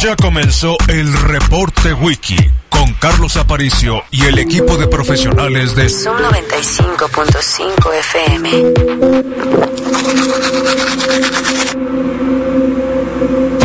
Ya comenzó el reporte wiki con Carlos Aparicio y el equipo de profesionales de
Son 95.5 FM.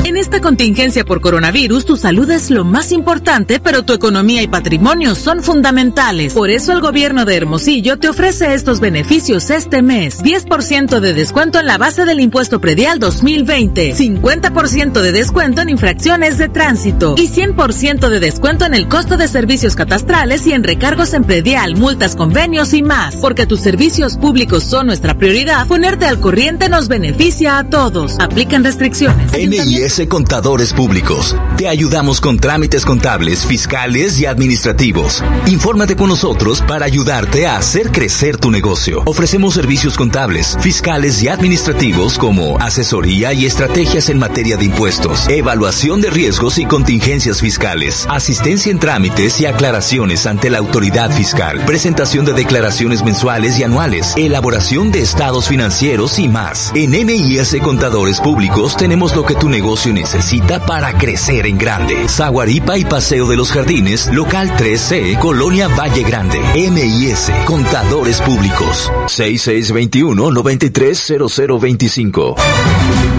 En En esta contingencia por coronavirus, tu salud es lo más importante, pero tu economía y patrimonio son fundamentales. Por eso el gobierno de Hermosillo te ofrece estos beneficios este mes. 10% de descuento en la base del impuesto predial 2020, 50% de descuento en infracciones de tránsito y 100% de descuento en el costo de servicios catastrales y en recargos en predial, multas, convenios y más. Porque tus servicios públicos son nuestra prioridad, ponerte al corriente nos beneficia a todos. Aplican restricciones.
NIS Contadores Públicos. Te ayudamos con trámites contables, fiscales y administrativos. Infórmate con nosotros para ayudarte a hacer crecer tu negocio. Ofrecemos servicios contables, fiscales y administrativos como asesoría y estrategias en materia de impuestos, evaluación de riesgos y contingencias fiscales, asistencia en trámites y aclaraciones ante la autoridad fiscal, presentación de declaraciones mensuales y anuales, elaboración de estados financieros y más. En NIS Contadores Públicos tenemos lo que tu negocio necesita para crecer en grande. Zaguaripa y Paseo de los Jardines, local 3C, Colonia Valle Grande. MIS, Contadores Públicos. 6621-930025.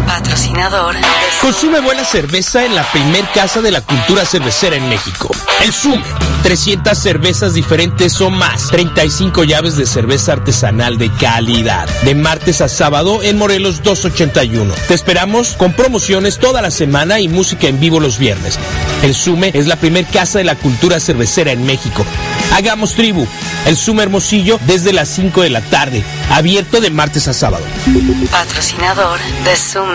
Patrocinador.
Consume buena cerveza en la primer casa de la cultura cervecera en México. El Zoom. 300 cervezas diferentes o más. 35 llaves de cerveza artesanal de calidad. De martes a sábado en Morelos 281. Te esperamos con promociones toda la semana y música en vivo los viernes. El Sume es la primer casa de la cultura cervecera en México. Hagamos tribu. El Sume Hermosillo desde las 5 de la tarde. Abierto de martes a sábado.
Patrocinador de Zoom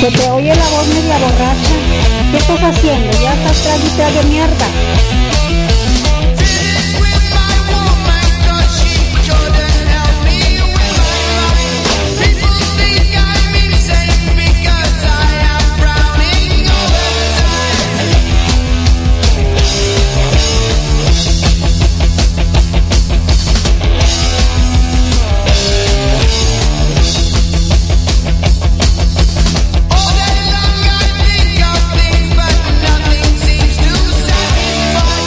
Se te oye la voz media borracha. ¿Qué estás haciendo? Ya estás tras y tras de mierda.
All day long I think of things, but nothing seems to satisfy.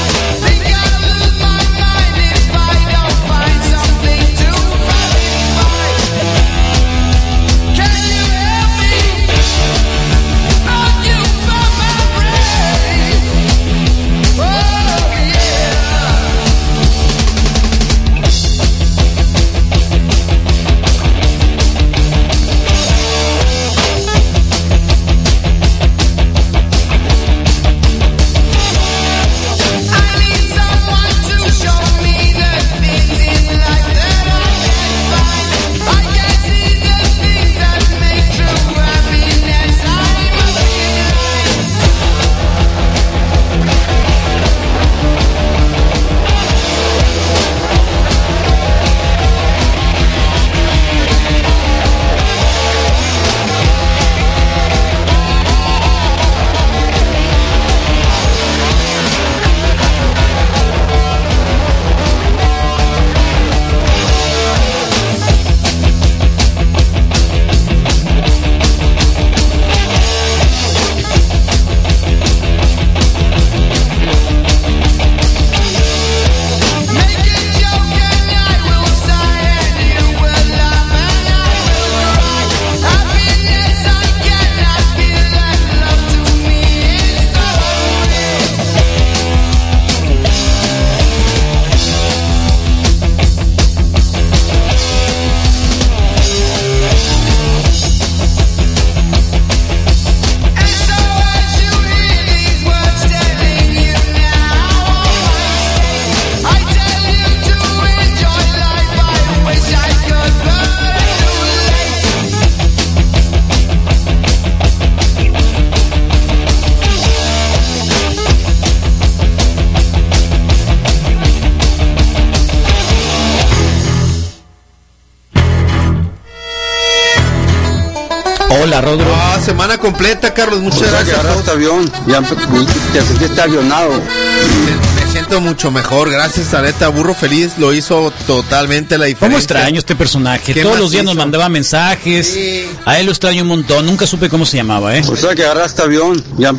Hola, Rodro.
Ah, semana completa, Carlos.
O
Muchas
sea, que
gracias.
agarraste
avión. Ya te sentiste avionado. Me, me siento mucho mejor. Gracias a neta. Burro Feliz lo hizo totalmente la
¿Cómo
diferencia.
extraño este personaje?
¿Qué
Todos
más
los días nos
hizo?
mandaba mensajes. A él lo extraño un montón. Nunca supe cómo se llamaba, ¿eh?
O sea que agarraste avión, ya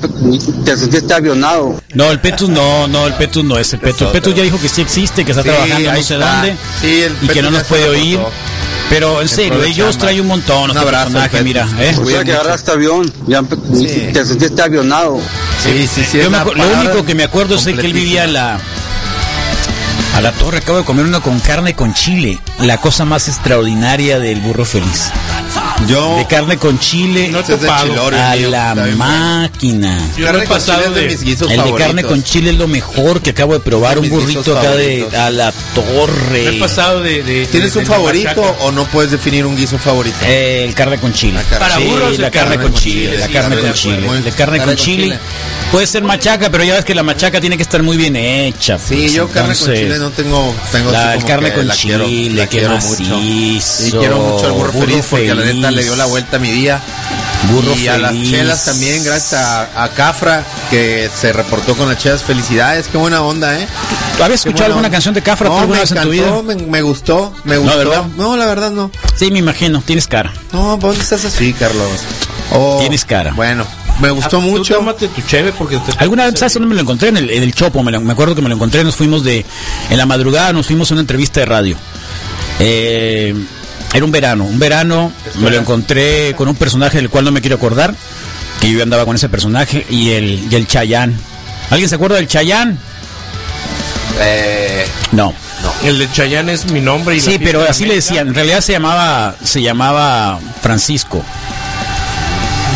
te sentiste avionado.
No, el Petus no, no, el Petus no es el Petus. El Petus ya dijo que sí existe, que está
Sí,
trabajando no
ahí
sé
está.
dónde
Sí, el
y que
Petus
no
ya
nos
se
puede
reportó.
odio. Pero en serio,
de
ellos
chamba.
traen un montón.
Un
este
abrazo,
personaje,
Petus.
mira, ¿eh?
O sea que agarraste avión, ya te sentiste avionado.
Sí, sí, sí. Yo me acu- lo único que me acuerdo es de que él vivía a la, a la torre. Acabo de comer una con carne con chile. La cosa más extraordinaria del burro feliz.
Yo.
De carne con chile.
he Ese es de topado. Chilorio,
a
mío,
la
está bien bueno.
máquina.
Yo no he Carne con pasado chile es de de- mis guisos
El de
favoritos.
carne con chile es lo mejor que acabo de probar.
De
Un
mis
burrito
guisos
acá de,
favoritos.
a la torre.
Me he pasado de. de-
¿Tienes
de-
un
de la
favorito
machaca.
o no puedes definir un guiso favorito?
el carne con chile.
Para
Sí,
burros,
la
el
carne con chile, la
sí,
carne
estoy
con
de acuerdo.
chile,
Muy-
la carne con chile. Puede ser machaca, pero ya ves que la machaca tiene que estar muy bien hecha. pues,
Sí, yo carne con chile no tengo. tengo así
la
como
carne
que
con
la
chile,
quiero- la
que
quiero
macizo.
mucho. Y quiero mucho al burro, feliz porque a la neta le dio la vuelta a mi día.
Burro
y a las
feliz.
chelas también, gracias a, a Cafra que se reportó con las chelas. Felicidades, qué buena onda, ¿eh?
¿Habías escuchado alguna canción de Cafra tú
No,
alguna
me
vez en tu
encantó, me, me gustó, me gustó.
¿verdad?
No, la verdad no.
Sí, me imagino, tienes cara.
No, ¿dónde estás así, Carlos? Oh,
Tienes cara. Ah,
Bueno, me gustó mucho.
Ah, tu cheve porque te...
Alguna vez, ¿sabes dónde me lo encontré? En el, en el Chopo, me, lo- me acuerdo que me lo encontré, nos fuimos de... En la madrugada nos fuimos a una entrevista de radio. Eh, era un verano, un verano me lo encontré con un personaje del cual no me quiero acordar, que yo andaba con ese personaje, y el, y el Chayán. ¿Alguien se acuerda del Chayán?
Eh,
No.
El de Chayán es mi nombre y la
Sí,
fiesta
pero
de
así le
América.
decían, en realidad se llamaba, se llamaba Francisco.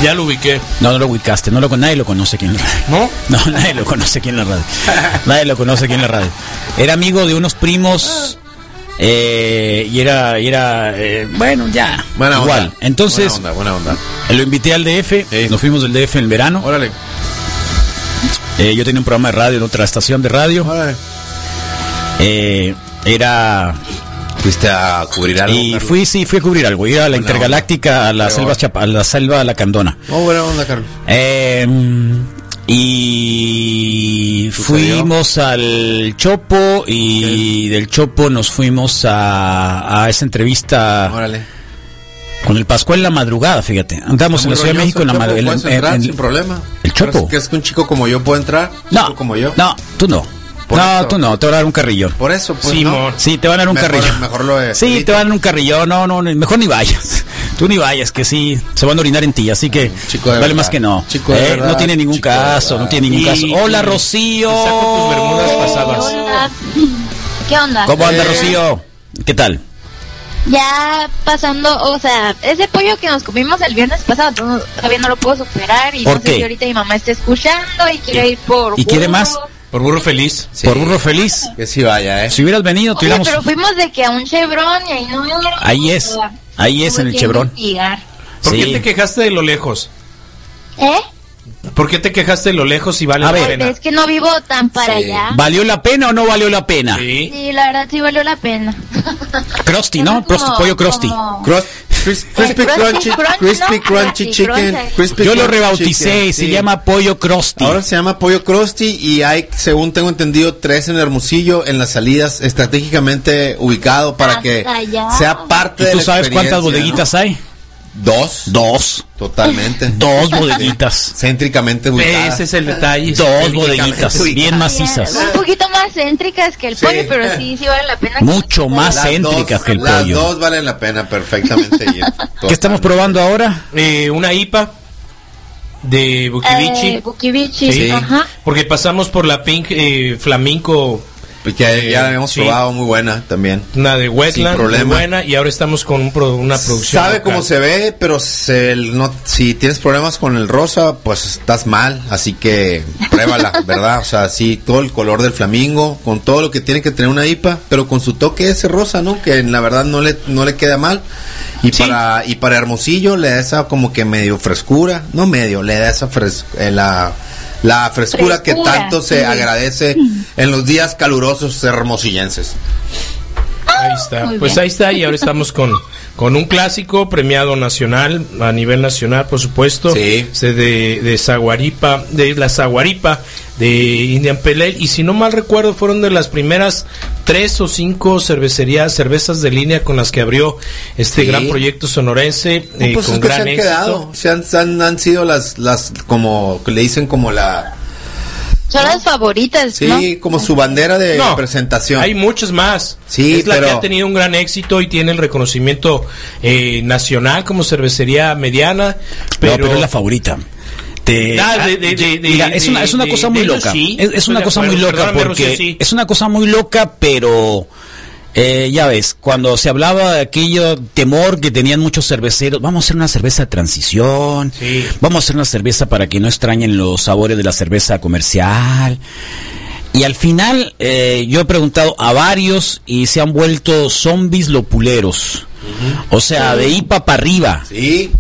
Ya lo ubiqué.
No, no lo ubicaste, no lo, nadie lo conoce aquí en la radio.
¿No?
No, nadie lo conoce aquí en la radio. Nadie lo conoce aquí en la radio. Era amigo de unos primos eh, y era, y era eh, bueno, ya.
Buena
igual.
onda.
Entonces,
Buena onda, buena onda.
lo invité al DF, nos fuimos del DF en el verano. Eh,
Órale.
yo tenía un programa de radio en otra estación de radio. Eh, era...
Fuiste a cubrir algo,
Y
Carlos?
fui, sí, fui a cubrir algo. Iba a la Intergaláctica, a la,
Pero-
selva, Chapa- a la selva de la Candona.
No, buena onda, Carlos.
Eh, y fuimos al Chopo y del Chopo nos fuimos a, a esa entrevista con el Pascual en la madrugada, fíjate. Andamos en la Ciudad de México en la
madre.
madrugada.
Puedes entrar sin problema.
el Chopo.
Pero es ¿Crees que un chico como yo puede entrar? No. como yo.
No, tú no.
Por
no,
eso.
tú no, te van a dar un carrillón.
Por eso, pues.
Sí,
no.
amor. Sí, te van a dar un
Mejor-
carrillón.
Mejor lo de.
Sí, te van a dar un carrillón, no, no, no, mejor ni vayas. Tú ni vayas, que sí, se van a orinar en ti, así que
Mm, de
vale
verdad.
más que no.
Chico de
Eh,
verdad,
no tiene ningún caso, no tiene ningún caso.
Y-
Hola,
y-
Rocío.
y saco tus bermudas pasadas.
Hola. ¿Qué onda?
¿Cómo
Eh.
anda, Rocío? ¿Qué tal?
Ya pasando, o sea, ese pollo que nos comimos el viernes pasado, no- todavía no lo puedo superar y
¿Por
no
qué?
sé si ahorita mi mamá está escuchando y quiere ir por...
¿Y quiere
burro.
más?
Por burro feliz.
Por burro feliz.
Que sí vaya, ¿eh?
Si hubieras venido, te
Oye,
hubiéramos.
pero fuimos de que a un chevron y ahí no...
Ahí es, ahí es
Tuve
en el
que
Chevron.
investigar.
¿Por
Sí.
qué te quejaste de lo lejos?
¿Eh?
¿Por qué te quejaste de lo lejos y vale la
A ver.
pena?
Es que no vivo tan para allá.
¿Valió la pena o no valió la pena?
Sí.
Sí, la verdad sí valió la pena.
Crusty, ¿no?
Como-
Prost- pollo Crusty.
como-
Crispy
Crispy
Crunchy,
Crunch,
Crispy
¿no?
Crunchy
Ah, sí,
Chicken.
Crunch.
crispy
Yo lo
crunchy
rebauticé,
chicken,
se
sí.
llama Pollo Crusty.
Ahora se llama Pollo Crusty y hay, según tengo entendido, tres en Hermosillo en las salidas estratégicamente ubicado para
Hasta
que
allá.
sea parte
¿Y
de
tú
la
sabes cuántas
experiencia,
bodeguitas
¿no?
hay?
Dos.
Dos.
Totalmente.
Dos bodeguitas.
Céntricamente ubicadas.
Ese es el detalle.
Dos bodeguitas, bien macizas.
Un poquito más céntricas que el
Sí.
pollo, pero sí, sí vale la pena.
Mucho más
Las
céntricas
dos-
que el
las
pollo.
dos valen la pena perfectamente. ir.
¿Qué estamos probando ahora?
Eh, una IPA de Bukivichi.
Eh, Bukivichi,
Sí.
ajá.
Porque pasamos por la Pink eh, Flamenco.
Porque
Eh,
ya la habíamos
sí.
probado muy buena también.
Una de Wetland,
Sin
muy
problema.
buena, y ahora estamos con un pro- una producción.
Sabe
local.
cómo se ve, pero se- el no, si tienes problemas con el rosa, pues estás mal. Así que pruébala, ¿verdad? O sea, sí, todo el color del flamingo, con todo lo que tiene que tener una IPA, pero con su toque ese rosa, ¿no? Que en la verdad no le, no le queda mal. Y, para, y para Hermosillo le da esa como que medio frescura, no medio, le da esa fres- eh, la, la frescura, que
Frescura,
tanto se
sí.
agradece en los días calurosos hermosillenses.
Ahí está.
Muy
Pues
bien.
ahí está, y ahora estamos con, Con un clásico premiado nacional, a nivel nacional, por supuesto. Este De, de Zaguaripa, de la Zaguaripa, de Indian Pale Ale. Y si no mal recuerdo, fueron de las primeras tres o cinco cervecerías, cervezas de línea con las que abrió este
Sí.
gran proyecto sonorense.
No,
eh,
pues
con
es que se
gran
han
éxito.
quedado. Se han, se han- han sido las, las, como que le dicen, como la.
Son las favoritas, ¿no?
Sí, como su bandera de
No,
eh, presentación.
Hay muchas más.
Sí,
es la que
pero-
ha tenido un gran éxito y tiene el reconocimiento eh, nacional como cervecería mediana. Pero,
pero es la favorita. Te-
Ah, de- de- de- de-
Mira, es una,
de-
es una
de-
cosa
de
muy
ellos
loca.
sí,
es, es
estoy
una
de
cosa muy
acuerdo.
loca
Perdóname,
porque
Rocío, sí.
es una cosa muy loca, pero eh, ya ves, cuando se hablaba de aquello temor que tenían muchos cerveceros, vamos a hacer una cerveza de transición, vamos a hacer una cerveza para que no extrañen los sabores de la cerveza comercial. Y al final eh, yo he preguntado a varios y se han vuelto zombies lopuleros. O sea, de IPA para arriba. Y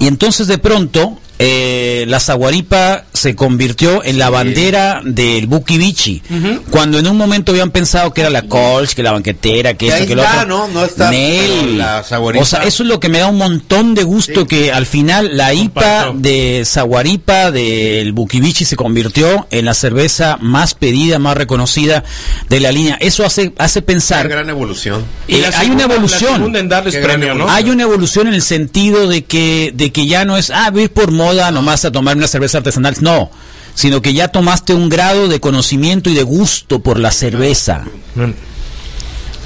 entonces de pronto eh, la Zaguaripa se convirtió en la bandera del Bukibichi. Cuando en un momento habían pensado que era la Colch, que la banquetera, que
Y
esto,
ahí
que lo
está,
otro.
¿no? No está,
Nel.
pero la Zaguaripa-
O sea, eso es lo que me da un montón de gusto que al final la IPA de Zaguaripa del Bukibichi se convirtió en la cerveza más pedida, más reconocida de la línea. Eso hace, hace pensar.
gran evolución.
Eh, hay una evolución.
darles premio, ¿no?
Hay una evolución en el sentido de que, de que ya no es, ah, voy a ir por moda nomás a tomar una cerveza artesanal. No, sino que ya tomaste un grado de conocimiento y de gusto por la cerveza.
Mm.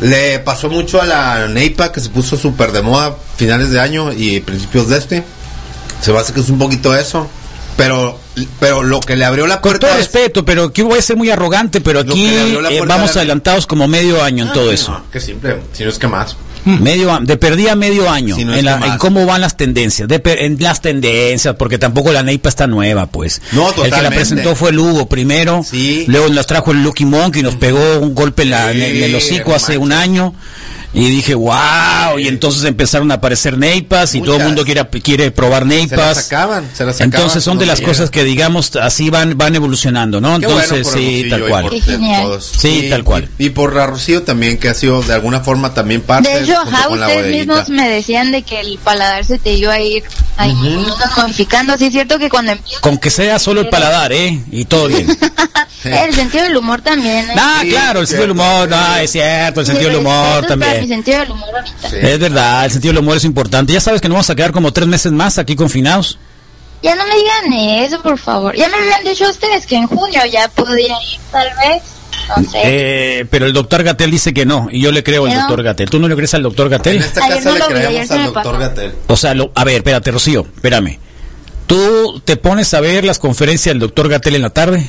Le pasó mucho a la Neipa que se puso súper de moda finales de año y principios de este. Se me hace que es un poquito eso. Pero, pero lo que le abrió la
Con
puerta.
todo
es-
respeto, pero que voy a ser muy arrogante, pero
Lo
aquí
que le abrió la
eh,
puerta
vamos
a la-
adelantados como medio año en todo eso.
No, Ah, que simple, si no es que más.
Medio, a- de perdida medio año
Si no es
en, la-
que más.
en cómo van las tendencias, de per- en las tendencias, porque tampoco la Neipa está nueva, pues.
No,
el que la
totalmente.
presentó fue Lugo primero, luego nos trajo el Lucky Monkey, nos pegó un golpe en, la- en el- en el hocico
no
hace un año. Y dije, wow, y entonces empezaron a aparecer neipas y todo el mundo quiere, quiere probar
Se la
neipas.
sacaban, se la sacaban.
Entonces son de las cosas que digamos así van van evolucionando, ¿no?
Qué bueno
Entonces
por
sí,
eh, Hermosillo
tal
y
cual.
por-
Qué genial.
todos.
Sí, tal cual.
Y por la Rocío también, que ha sido de alguna forma también parte
De hecho,
junto
ajá,
con la
ustedes
bodeguita.
mismos me decían de que el paladar se te iba a ir ahí, modificando. Sí, es cierto que cuando empieza
Con que sea solo el paladar, ¿eh? Y todo bien.
el sentido del humor también. ¿eh?
Ah, claro, el sentido del humor, no, es cierto, el sentido del humor
Respetos Para mi
también.
sentido del humor ahorita.
Es verdad, el sentido del humor es importante. Ya sabes que nos vamos a quedar como tres meses más aquí confinados.
Ya no me digan eso, por favor. Ya me lo habían dicho ustedes que en junio ya podía ir, tal vez. No sé.
Eh, pero el doctor Gatel dice que no, y yo le creo al
Pero-
doctor Gatel. ¿Tú no le crees al doctor Gatel?
esta
Ayer
casa
no
le
lo vi, ayer
creemos
se me
al doctor
pasó.
Gatel.
O sea, lo- a ver, espérate, Rocío, espérame. ¿Tú te pones a ver las conferencias del doctor Gatel en la tarde?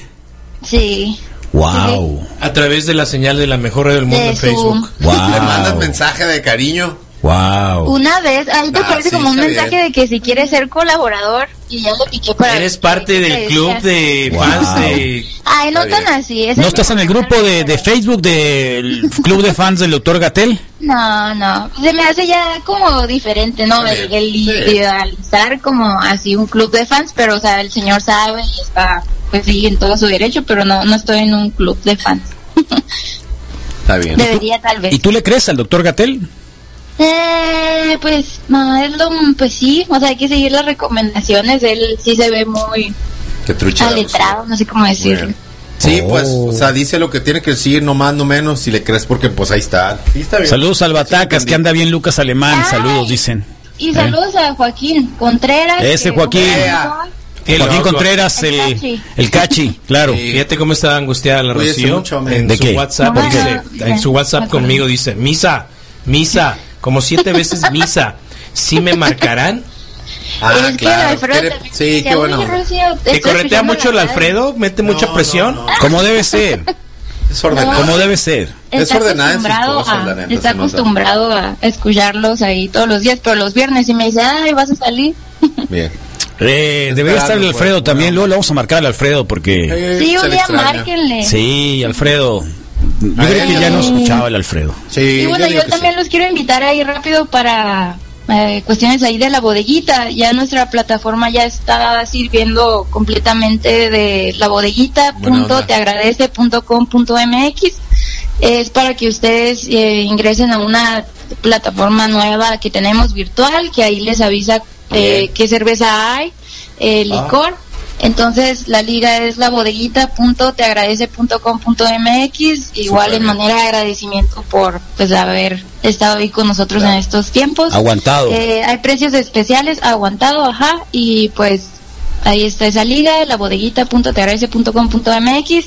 Sí.
¡Wow!
A través de la señal de la mejor red del mundo
De
en
su-
Facebook.
¡Wow!
Le mandan mensaje de cariño.
¡Wow!
Una vez, ahí te
Ah,
parece
sí,
como un
está
mensaje
bien.
de que si quieres ser colaborador, y ya le piqué para.
Eres parte del club de fans de...
Ay, no
Está
tan así. es
¿No
el-
estás en el grupo de, de Facebook del club de fans del doctor Gatel?
No, no. Se me hace ya como diferente, ¿no? El, el idealizar como así un club de fans, pero o sea, el señor sabe y está, pues sí, en todo su derecho, pero no, no estoy en un club de fans.
Está bien.
Debería tal vez.
¿Y tú le crees al doctor Gatel?
Eh, pues no, es lo, pues sí, o sea, hay que seguir las recomendaciones, él sí se ve muy
Qué trucha. la
aletrado, no sé cómo decirlo.
Bueno. Sí, pues, o sea, dice lo que tiene que decir, no más, no menos, si le crees, porque pues ahí está. Sí, está bien.
Saludos al Batacas, que anda bien Lucas Alemán. Saludos, dicen.
Y
¿Eh?
saludos a Joaquín Contreras.
Ese
que-
Joaquín.
Qué
Joaquín
loco.
Contreras, el, el
cachi.
cachi. claro.
Fíjate cómo está angustiada la
Cuídese
Rocío.
mucho, hombre.
en,
¿De
su
qué?
WhatsApp,
No,
dice-
no,
en su
no,
WhatsApp
acuerdo.
conmigo dice, misa, misa, como siete veces misa, ¿sí me marcarán?
Ah,
Es que claro, Alfredo quiere- también sí, decía, qué bueno. "Oye, Rocío, estoy
¿Te corretea
escuchando
mucho el
la radio".
Alfredo? ¿Mete mucha presión?
Como debe ser.
Es
ordenado.
Como debe ser.
Está acostumbrado, a, está acostumbrado a escucharlos ahí todos los días, pero los viernes y me dice, ay, vas a salir.
Bien.
Eh, debería estar
pues,
el Alfredo también. Luego le vamos a marcar al Alfredo
Eh,
porque.
sí, un día márquenle.
Sí, Alfredo. Yo creo que ya no escuchaba el Alfredo.
Y
Sí,
bueno, yo, también los quiero invitar ahí rápido para eh, cuestiones ahí de la bodeguita. Ya nuestra plataforma ya está sirviendo completamente de la bodeguita. Punto, te agradece punto com punto mx. Es para que ustedes eh, ingresen a una plataforma nueva que tenemos virtual, que ahí les avisa eh, qué cerveza hay, eh, licor. Entonces la liga es la bodeguita.teagradece.com.mx, igual en manera de agradecimiento por pues haber estado ahí con nosotros en este estos tiempos.
Aguantado.
Eh, hay precios especiales, aguantado, ajá, y pues ahí está esa liga, la bodeguita.teagradece.com.mx.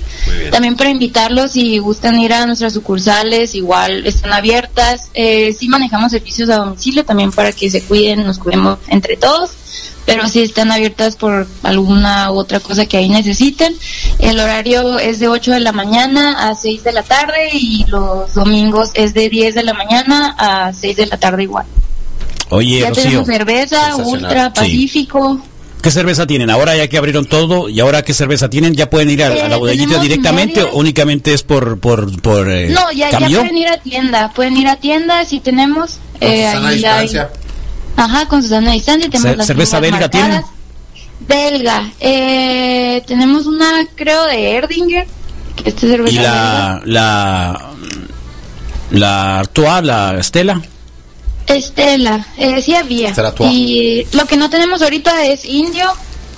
También para invitarlos si gustan ir a nuestras sucursales, igual están abiertas. Eh, sí manejamos servicios a domicilio también para que se cuiden, nos cuidemos entre todos. Pero sí están abiertas por alguna u otra cosa que ahí necesiten. El horario es de 8 de la mañana a 6 de la tarde y los domingos es de 10 de la mañana a 6 de la tarde igual.
Oye,
ya
Rocío.
tenemos cerveza, ultra,
Sí.
pacífico.
¿Qué cerveza tienen? Ahora ya que abrieron todo, y ahora qué cerveza tienen, ya pueden ir a, a la
Eh,
bodeguita
tenemos
directamente
medias.
o únicamente es por por por eh,
No, ya, ya
camión.
pueden ir a tienda, pueden ir a tienda si tenemos. eh,
sana
ahí hay-
distancia.
Ajá, con Susana distancia tenemos
Ce-
las
cerveza
tiendas
belga tienen.
marcadas. Belga, eh, tenemos una creo de Erdinger. que Esta es cerveza
y la la la Artois, la Estela.
belga. Estela, eh, sí había.
Estela Artois.
Y lo que no tenemos ahorita es indio.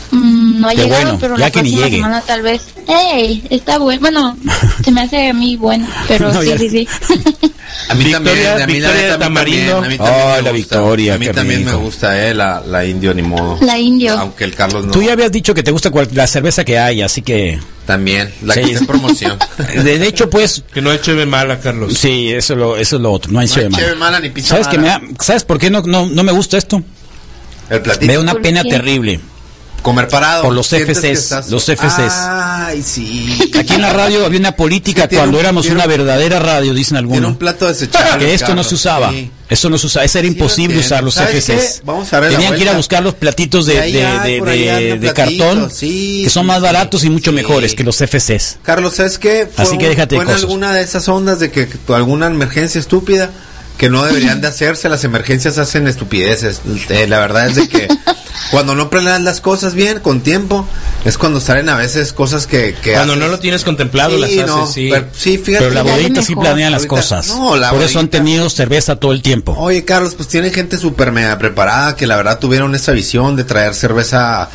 Mm, no ha
Qué
llegado,
bueno,
pero
ya
la
que ni
próxima
llegue.
semana tal vez. ¡Ey! Está bueno. Bueno, se me hace a mí bueno, pero
No,
sí,
ya.
sí, sí.
A mí
Victoria-
también, a mí la
Victoria
neta, a mí
Tamarindo.
también, a
Oh,
mí también me gusta. A mí también me gusta, eh, la, la indio, ni modo.
La indio.
Aunque el Carlos no.
Tú ya habías dicho que te gusta cual- la cerveza que hay, así que
también la que está en promoción.
De, de hecho, pues
que no eche de mala, Carlos.
Sí, eso es lo eso es lo otro, no hay cheve mala.
cheve mala ni pizza
¿Sabes que me
mala.
da- ¿Sabes por qué no, no no me gusta esto?
El platito.
Me da una
¿Por
pena
qué?
terrible.
Comer parado.
Por los
Sientes que
FCs,
estás-
los FCs.
Ay, sí.
Aquí en la radio había una política
Sí, tiene
cuando
un-
éramos
tiene
una
un-
verdadera radio, dicen algunos.
un plato desechable,
Que esto no
Carlos,
se usaba.
sí.
Eso no se usaba. Eso era imposible
entiendo.
usar los
¿Sabes
FCs.
qué? Vamos a ver la
Tenían que ir a
vuelta.
buscar los platitos de,
Y ahí
de-
hay,
de-
por ahí
de-
andan
de
platitos,
cartón
sí,
que son
sí,
más
sí.
baratos y mucho mejores que los FCs.
Carlos, ¿sabes qué? Fue
Así que
un-
déjate de
fue en
cosas.
alguna de esas ondas de que, que tu- alguna emergencia estúpida que no deberían de hacerse, las emergencias hacen estupideces. Eh, la verdad es de que cuando no planeas las cosas bien, con tiempo, es cuando salen a veces cosas que... que
Cuando
haces.
no lo tienes contemplado, las
Sí,
haces,
no,
sí.
pero- sí, fíjate.
Pero la bodeguita sí planea las
Ahorita-
cosas.
No, la
Por eso han tenido cerveza todo el tiempo.
Oye, Carlos, pues tienen gente súper mega preparada que la verdad tuvieron esa visión de traer cerveza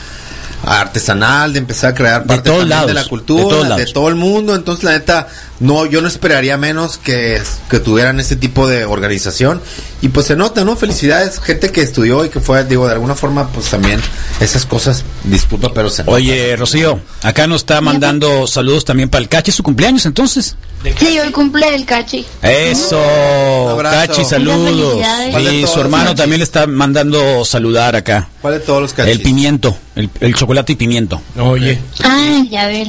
artesanal, de empezar a crear parte
todos
también
lados,
de la cultura,
de
de,
todos lados.
todo el mundo. Entonces, la neta, no, yo no esperaría menos que, que tuvieran ese tipo de organización. Y pues se nota, ¿no? Felicidades, gente que estudió y que fue, digo, de alguna forma, pues también esas cosas, disculpa, pero se nota.
Oye, Rocío, acá nos está mandando saludos también para el Cachi. ¿Su cumpleaños entonces?
Sí, hoy cumple el cachi.
Eso,
abrazo.
Cachi, saludos.
Muchas felicidades.
Y su hermano también le está mandando saludar acá.
¿Cuál de todos los
El pimiento, el, el chocolate y pimiento.
Oye.
Ay, ya ver.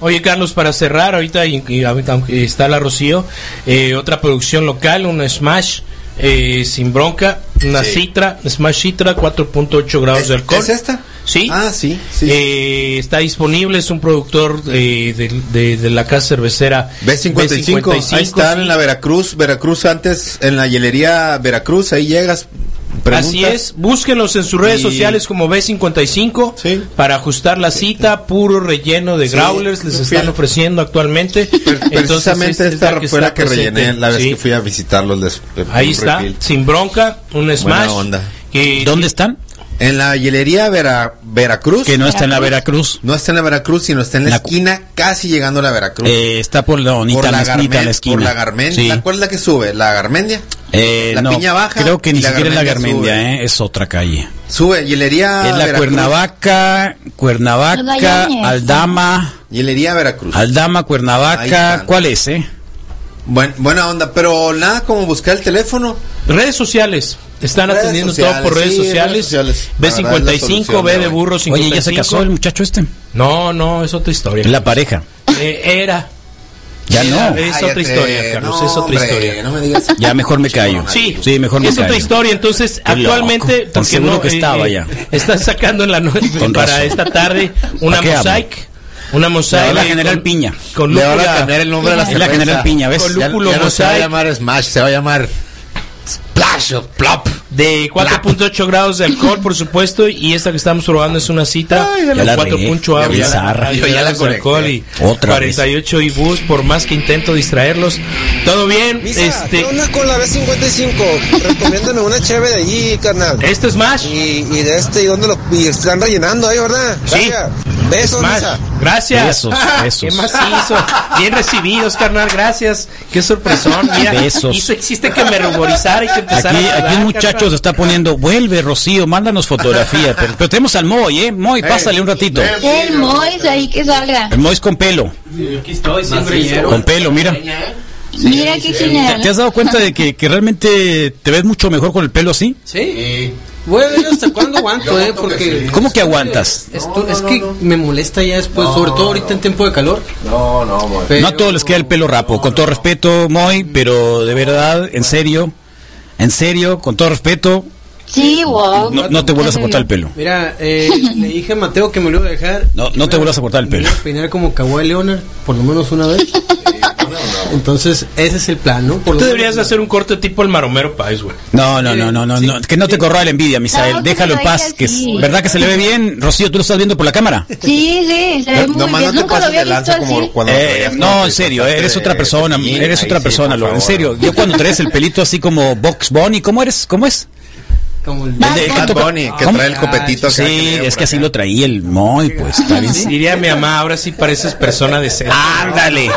Oye, Carlos, para cerrar, ahorita, y- y ahorita, aunque está la Rocío, eh, otra producción local, una Smash eh, sin bronca, una
Sí.
Citra, Smash Citra, 4.8 grados de alcohol.
¿Es esta?
Sí.
Ah, sí.
Eh, está disponible, es un productor eh, de, de- de la casa cervecera
B55, ahí están
sí.
en la Veracruz, Veracruz antes, en la hielería Veracruz, ahí llegas. preguntas.
Así es, búsquenlos en sus redes
Y-
sociales como B55 para ajustar la cita, puro relleno de
Sí,
growlers les
yo fui
están
a-
ofreciendo actualmente.
Precisamente
es
esta fue la que
está presente.
rellené la vez
Sí,
que fui a visitarlos. des- de-
Ahí
un
está,
refil.
sin bronca, un smash.
Buena onda.
¿Dónde están?
En la hielería Vera- Veracruz.
Que no está en la Veracruz.
No está en la Veracruz, sino está en la,
La-
esquina, casi llegando a la Veracruz.
Eh, está por la bonita
por, la
mezquita en la
Garmen-
esquina.
por la Garmendia.
Sí.
¿La- ¿Cuál es la que sube? ¿La Garmendia?
Eh,
la
no,
Piña Baja
Creo que
y
ni
la
siquiera es la
Garmendia
Garmendia, eh, es otra calle.
Sube, hielería
es la
Ah, Veracruz.
Cuernavaca,
Los
Cuernavaca,
Dayanes.
Aldama.
Hielería Veracruz.
Aldama,
Ahí
Cuernavaca,
están.
¿cuál es, eh?
Buen- buena onda, pero nada como buscar el teléfono.
Redes sociales. Están
Redes
atendiendo
sociales,
todo por redes
sí, redes
sociales.
sociales. La verdad es la
B55,
solución
B
de
de
hoy.
burro 55.
Oye, ¿ya se casó el muchacho este?
No, no, es otra historia.
La pareja.
Eh, era.
Ya
Era,
no.
Es otra
Cállate,
historia, Carlos,
no,
es otra
hombre,
historia.
no me digas.
Ya mejor me callo.
Sí,
sí mejor me
es
callo.
otra historia. Entonces,
Qué loco.
actualmente,
Tan
porque
seguro que estaba ya.
Están sacando en la noche
Con
para
razón.
esta tarde
¿Para
una
qué hablo?
mosaic. Una mosaic.
Le van a
con-
generar piña.
Con
Le
lúcula-
van a cambiar el nombre a la
Es la
cerveza.
general piña, ¿ves?
Con lúpulo
Ya- ya no se va a
mosaic. llamar Smash, se va a llamar
Splash, plop. De 4.8 grados de alcohol, por supuesto, y esta que estamos probando es una cita
Ay, ya
de
la arruiné,
4.8
ya la-
grados
yo ya la
de alcohol y
conecté. Otra
48 IBUs, por más que intento distraerlos. Todo bien, este...
Una con la B55. Recomiéndame una chévere de allí, carnal.
¿Este es más?
Y, y de este, ¿y dónde lo y están rellenando ahí, verdad?
Sí.
Gracias. Besos,
Smash.
Misa.
Gracias.
Besos, besos.
¿Qué más hizo? Bien recibidos, carnal, gracias. Qué sorpresón. Mira,
Besos.
Hizo, hiciste que me ruborizara y que empezara
Aquí,
a
aquí
sudar,
un muchacho se
carnal.
está poniendo, vuelve Rocío, mándanos fotografía. Pero, pero tenemos al Moy, ¿eh? Moy, pásale un ratito.
El Mois ahí que salga.
El Moy es con pelo.
Aquí estoy,
Con pelo, mira.
Mira qué
¿Te,
genial.
te has dado cuenta de que, que realmente te ves mucho mejor con el pelo así?
Sí. Voy a ver hasta cuándo aguanto, eh, porque...
¿Cómo que aguantas?
Es, es que me molesta ya después, sobre todo ahorita en tiempo de calor. No, no,
No a todos les queda el pelo rapo. Con todo respeto, Moy, pero de verdad, en serio, en serio, con todo respeto,
Sí, wow.
no, no te vuelvas a cortar el pelo.
Mira, eh, le dije a Mateo que me lo iba a dejar.
No, no te vuelvas a cortar el
Me
pelo.
iba a peinar como Kawhi Leonard, por lo menos una vez. Entonces, ese es el plan, ¿no? Por
Tú
lo
deberías de hacer un corte tipo el maromero Pais, güey.
No, no, no, no, no, no, que no te corra la envidia, Misael.
No, que
Déjalo
se
en
lo
paz.
deje
Que
así.
es, ¿Verdad que se le ve bien? Rocío, ¿tú lo estás viendo por la cámara?
Sí, sí, se ve muy
Nomás
bien.
no
Nunca
te
lo
pases
había
de
visto
lanza como
así.
cuando
Eh,
traías
no, en serio, eres otra persona, eres otra persona, Lolo, en serio. Yo cuando traes el pelito así como Box Bunny, ¿cómo eres? ¿Cómo es?
Como el...
El de-
Bad
toca-
Bunny, que
¿Cómo? Ah,
trae el copetito acá, que
Sí,
tiene
es
por
que así lo traía el Moy, pues. está bien.
Diría mi mamá, ahora sí pareces persona decente.
Ah, Ándale,
Yo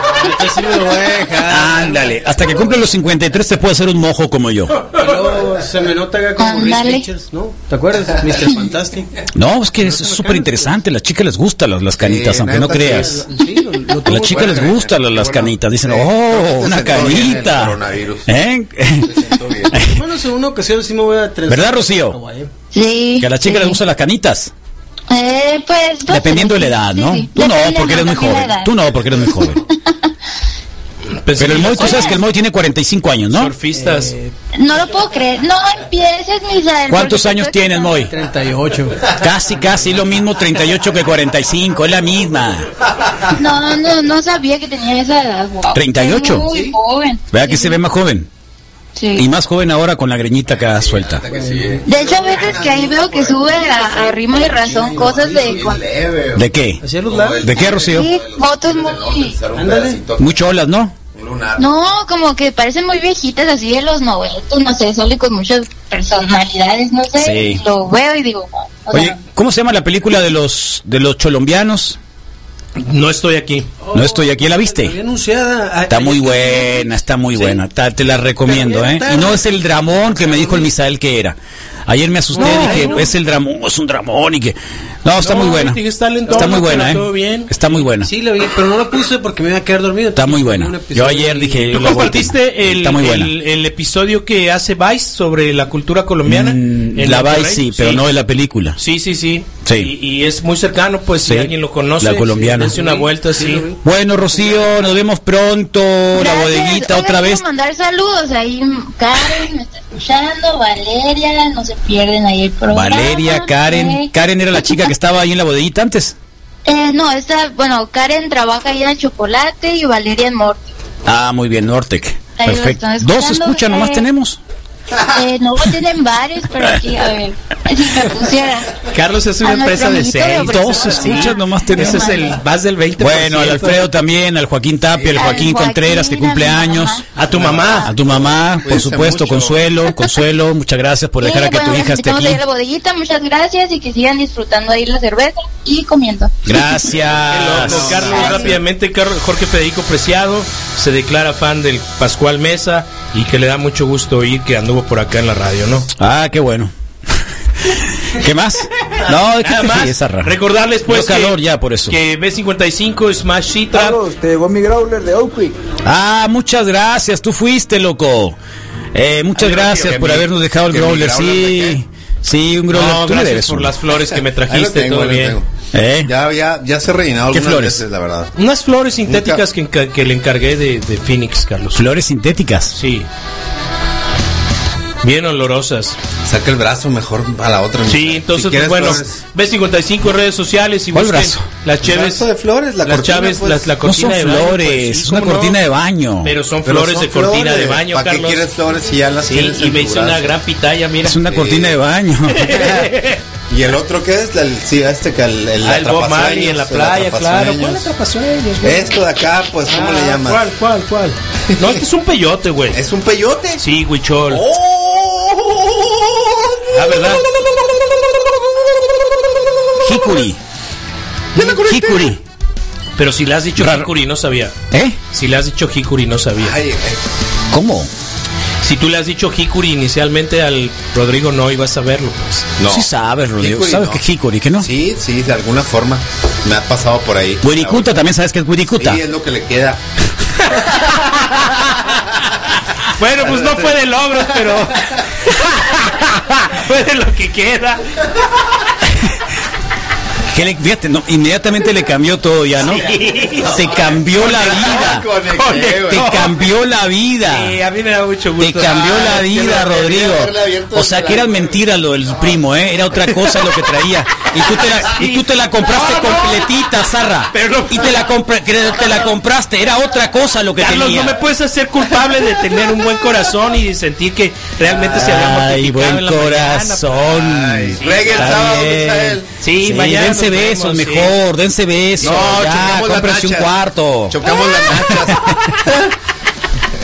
sí me lo voy a dejar.
ándale. Hasta que cumple los 53 te puede hacer un mojo como yo.
Y luego se me nota acá como Rich
Ándale.
Richards, ¿no? ¿Te acuerdas? Mr. Fantastic.
No, es que es súper interesante. Las chicas les gustan las, las canitas,
Sí,
aunque no
neta, sí,
creas.
Sí, lo, lo
A
tuvo.
las chicas les gustan las, las canitas. Dicen, oh, una
sentó bien el
canita.
coronavirus.
¿Eh?
Por lo menos en una ocasión sí me voy a tres.
¿Verdad, Rocío?
Sí.
Que a las chicas les
sí.
gustan las canitas.
Eh, pues. dos,
Dependiendo de la edad,
sí,
¿no?
sí.
Tú no,
Depende
porque eres
de
muy
la
joven.
edad.
Tú no, porque eres muy joven.
Pensé
Pero el
que
Moy, tú
las
sabes que el Moy tiene 45 años, ¿no?
Surfistas.
Eh,
No lo puedo creer. No empieces, Misael.
¿Cuántos
porque
años
creo que
tienes,
no.
Moy?
38.
Casi, casi lo mismo 38 que 45, es la misma.
No, no, no sabía que tenía esa edad. Wow.
38.
Muy
Sí.
joven.
¿Verdad que se ve más joven?
Sí.
Y más joven ahora con la greñita acá suelta.
De hecho, a veces que ahí veo que sube a, a ritmo y razón cosas de. cuan-
¿De qué?
Hacía los lados.
¿De qué, Rocío?
Sí, fotos muy.
Ándale.
Mucho olas, ¿no?
No, como que parecen muy viejitas, así de los noventos, no sé, solo y con muchas personalidades, no sé.
Sí.
Lo veo y digo, wow. o
Oye,
sea,
¿cómo se llama la película de los de los cholombianos?
No estoy aquí.
No estoy aquí, ¿la
Había
viste?
anunciada. a-
Está
ayer
muy
que-
buena, está muy buena. Ta- te la recomiendo, ¿eh? Y no es el dramón que me dijo el Misael que era. Ayer me asusté, dije, es el dramón, es un dramón y que... No, está
No,
muy buena.
dije, está lentona,
Está muy buena,
pero todo
¿eh?
bien.
Está muy buena.
Sí, la vi, pero no la puse porque me iba a quedar dormido.
Está muy
Un
buena.
episodio
Yo ayer dije...
¿Tú
Eh, la voy a-
compartiste el,
Está muy buena.
el, el episodio que hace Vice sobre la cultura colombiana?
Mm,
En
la
Monterrey.
Vice sí, pero no de la película.
Sí, sí, sí.
Sí.
Y, y es muy cercano, pues,
Sí.
si alguien lo conoce.
La colombiana.
Hace una vuelta, sí.
Bueno, Rocío, nos vemos pronto. La
gracias.
bodeguita
Oigan,
otra
quiero
vez.
mandar saludos ahí, mm, Karen, me está escuchando, Valeria, no se pierden ahí el programa.
Valeria, Karen.
¿eh?
Karen era la chica que estaba ahí en la bodeguita antes.
Eh, no, esta, bueno, Karen trabaja ahí en el chocolate y Valeria en Morte.
Ah, muy bien, Nortec.
Ahí lo
Perfecto.
están escuchando,
Dos escucha, nomás
eh.
tenemos.
Eh, no tienen bares, pero aquí, a ver, si me pusiera.
Carlos es una
A
empresa
nuestro
de
amiguito
seis.
de Obrador,
Dos
¿no?
escuchas nomás tenés. Ese es el más del 20%.
Bueno, al Alfredo también, al Joaquín Tapia, al
Al
Joaquín
Joaquín,
Contreras, que
a
cumple
mi
años.
mamá.
A tu mamá.
A tu mamá, por
Cuídense
supuesto,
mucho.
Consuelo. Consuelo, muchas gracias por dejar
Sí,
a que tu
bueno,
hija
les
esté
invitamos
aquí.
a ir a la bodeguita, muchas gracias y que sigan disfrutando ahí la cerveza y comiendo.
Qué
Gracias.
loco, Ah, Carlos,
Gracias.
rápidamente, Car- Jorge Federico Preciado se declara fan del Pascual Mesa y que le da mucho gusto oír que anduvo por acá en la radio, ¿no?
Ah, qué bueno. ¿Qué más? No, ¿qué
Nada
más?
más, recordarles pues que,
calor ya por eso.
que B55 Smash Cita
te llegó mi growler de Oakley.
Ah, muchas gracias, tú fuiste, loco. Eh, muchas
A ver,
gracias
que
por
mi-
habernos dejado el
que mi
growler,
growler de
sí. Sí, un growler.
No,
Tú le
gracias
debes
por
uno.
las flores que me
Ahí lo
trajiste,
tengo,
todo
ahí lo
bien.
tengo.
¿Eh?
Ya, ya, ya se rellenado
¿Qué
algunas
flores?
veces, la verdad.
Unas flores sintéticas que, enca- que le encargué de, de Phoenix, Carlos.
Flores sintéticas.
Sí. Bien olorosas.
Saca el brazo mejor a la otra.
Sí,
mira.
entonces,
Si quieres,
bueno,
pues,
B55 redes sociales y
¿Cuál
busquen
brazo?
las
El
Cheves.
brazo de flores, la
las
cortina,
Cheves,
pues.
las- la
No
cortina
son
de baño,
flores,
pues, sí,
una
¿cómo no?
cortina de baño.
Pero son
Pero
flores
son
de cortina
flores.
de baño,
¿Para qué
Carlos.
quieres flores si ya las
Sí,
tienes
y
en
me
tu
hice una
brazo?
gran pitaya, mira.
Es una cortina de baño.
Y el otro que es, el, sí, este que el, el,
Ah, el Bob Marley en la playa, claro. ¿Cuál
atrapasueños.
atrapasueños, güey?
Esto de acá, pues, ¿cómo
Ah,
le llamas?
¿Cuál, cuál, cuál? No, este es un peyote, güey.
¿Es Oh. un peyote?
Sí, güey, chol.
Ah,
¿verdad?
Hikuri.
este?
Hikuri.
Pero si le has dicho Hikuri, no sabía.
¿Eh?
Si le has dicho Hikuri, no sabía.
eh,
¿Cómo?
Si tú le has dicho Hikuri inicialmente al Rodrigo, no ibas a verlo, pues.
No.
Sí sabes, Rodrigo.
Hickory,
¿Sabes
no.
qué es Hickory? ¿Qué no?
Sí, sí, de alguna forma. Me ha pasado por ahí.
Wirikuta, también sabes que es Wirikuta.
Sí, es lo que le queda.
Bueno, pues no fue de logros, pero. fue de lo que queda.
Que le- fíjate, no, inmediatamente le cambió todo ya, ¿no?
Sí.
Te cambió la vida.
Conecté, güey.
Te cambió la vida.
Sí, a mí me da mucho
Te
gusto.
cambió
Ah,
la
es que
vida,
no quería
Rodrigo.
haberle abierto
O sea,
el
que era mentira lo del primo, ¿eh? Era otra cosa lo que traía. Y tú te la, y tú te la compraste completita, Zarra. y te la, compra- que te la compraste. Era otra cosa lo que
Carlos,
tenía.
no me puedes hacer culpable de tener un buen corazón y de sentir que realmente se había
Ay,
mortificado
buen
en la mañana. pues.
corazón. Ay,
reggae el sábado, Misael.
Sí,
Sí,
mañana nos
dense besos
vemos, sí.
mejor, dense besos.
No,
ya,
chocamos las
cómprense un
nachas.
cuarto.
Chocamos las nachas.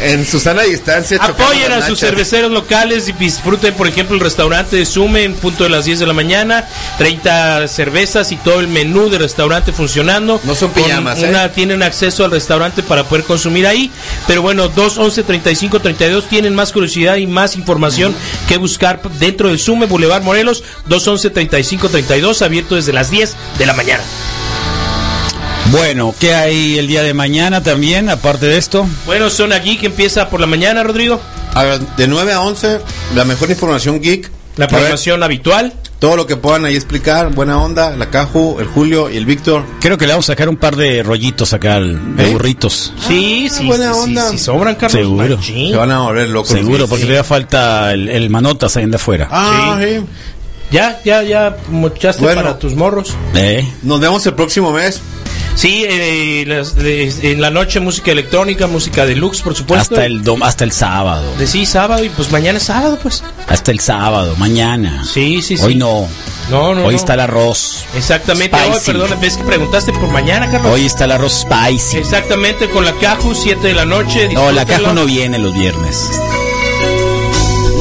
en Susana Distancia chocamos
Apoyen
las
a sus
nachas.
cerveceros locales y disfruten, por ejemplo, el restaurante de Sume en punto de las 10 de la mañana. 30 cervezas y todo el menú del restaurante funcionando. No son
pijamas, ¿eh?
Tienen acceso al restaurante para poder consumir ahí. Pero bueno, 2, 11, 35, 32 tienen más curiosidad y más información que buscar dentro del Sume Boulevard Morelos. 2, 11, 35, 32 abierto desde las 10 de la mañana.
Bueno, ¿qué hay el día de mañana también, aparte de esto?
Bueno, son aquí que empieza por la mañana, Rodrigo.
A ver, de 9 a 11, la mejor información geek.
La programación habitual.
Todo lo que puedan ahí explicar. Buena onda, la Caju, el Julio y el Víctor.
Creo que le vamos a sacar un par de rollitos acá, al-
¿Eh?
de burritos.
Sí, sí,
Ah, buena
sí,
onda.
sí, sí, sobran Carlos.
Seguro.
Machín.
Se van a volver locos.
Seguro,
Sí,
porque
sí.
le da falta el, el manotas ahí de afuera.
Ah, sí.
Ya, ya, ya mochaste
Bueno.
para tus morros.
¿Eh?
Nos vemos el próximo mes.
Sí, eh, las- de- en la noche música electrónica, música deluxe, por supuesto.
Hasta el, dom- hasta el sábado.
Pues De sí, sábado, y pues mañana es sábado, pues.
Hasta el sábado, mañana.
Sí, sí, sí.
Hoy no.
No, no,
Hoy
no. Eh,
está el arroz.
Exactamente,
Spicy.
hoy, perdón, ves que preguntaste por mañana, Carlos.
Hoy está el arroz spicy.
Exactamente, con la Caju, 7 de la noche.
No, la
disfrútenlo.
caja no viene los viernes.
No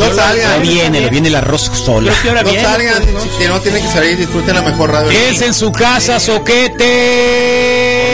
eh.
No
salgan.
viene, viene el arroz solo.
Creo que ahora
No
viene,
salgan. si no tienen que salir, disfruten la mejor radio.
Quédense en su casa, soquete.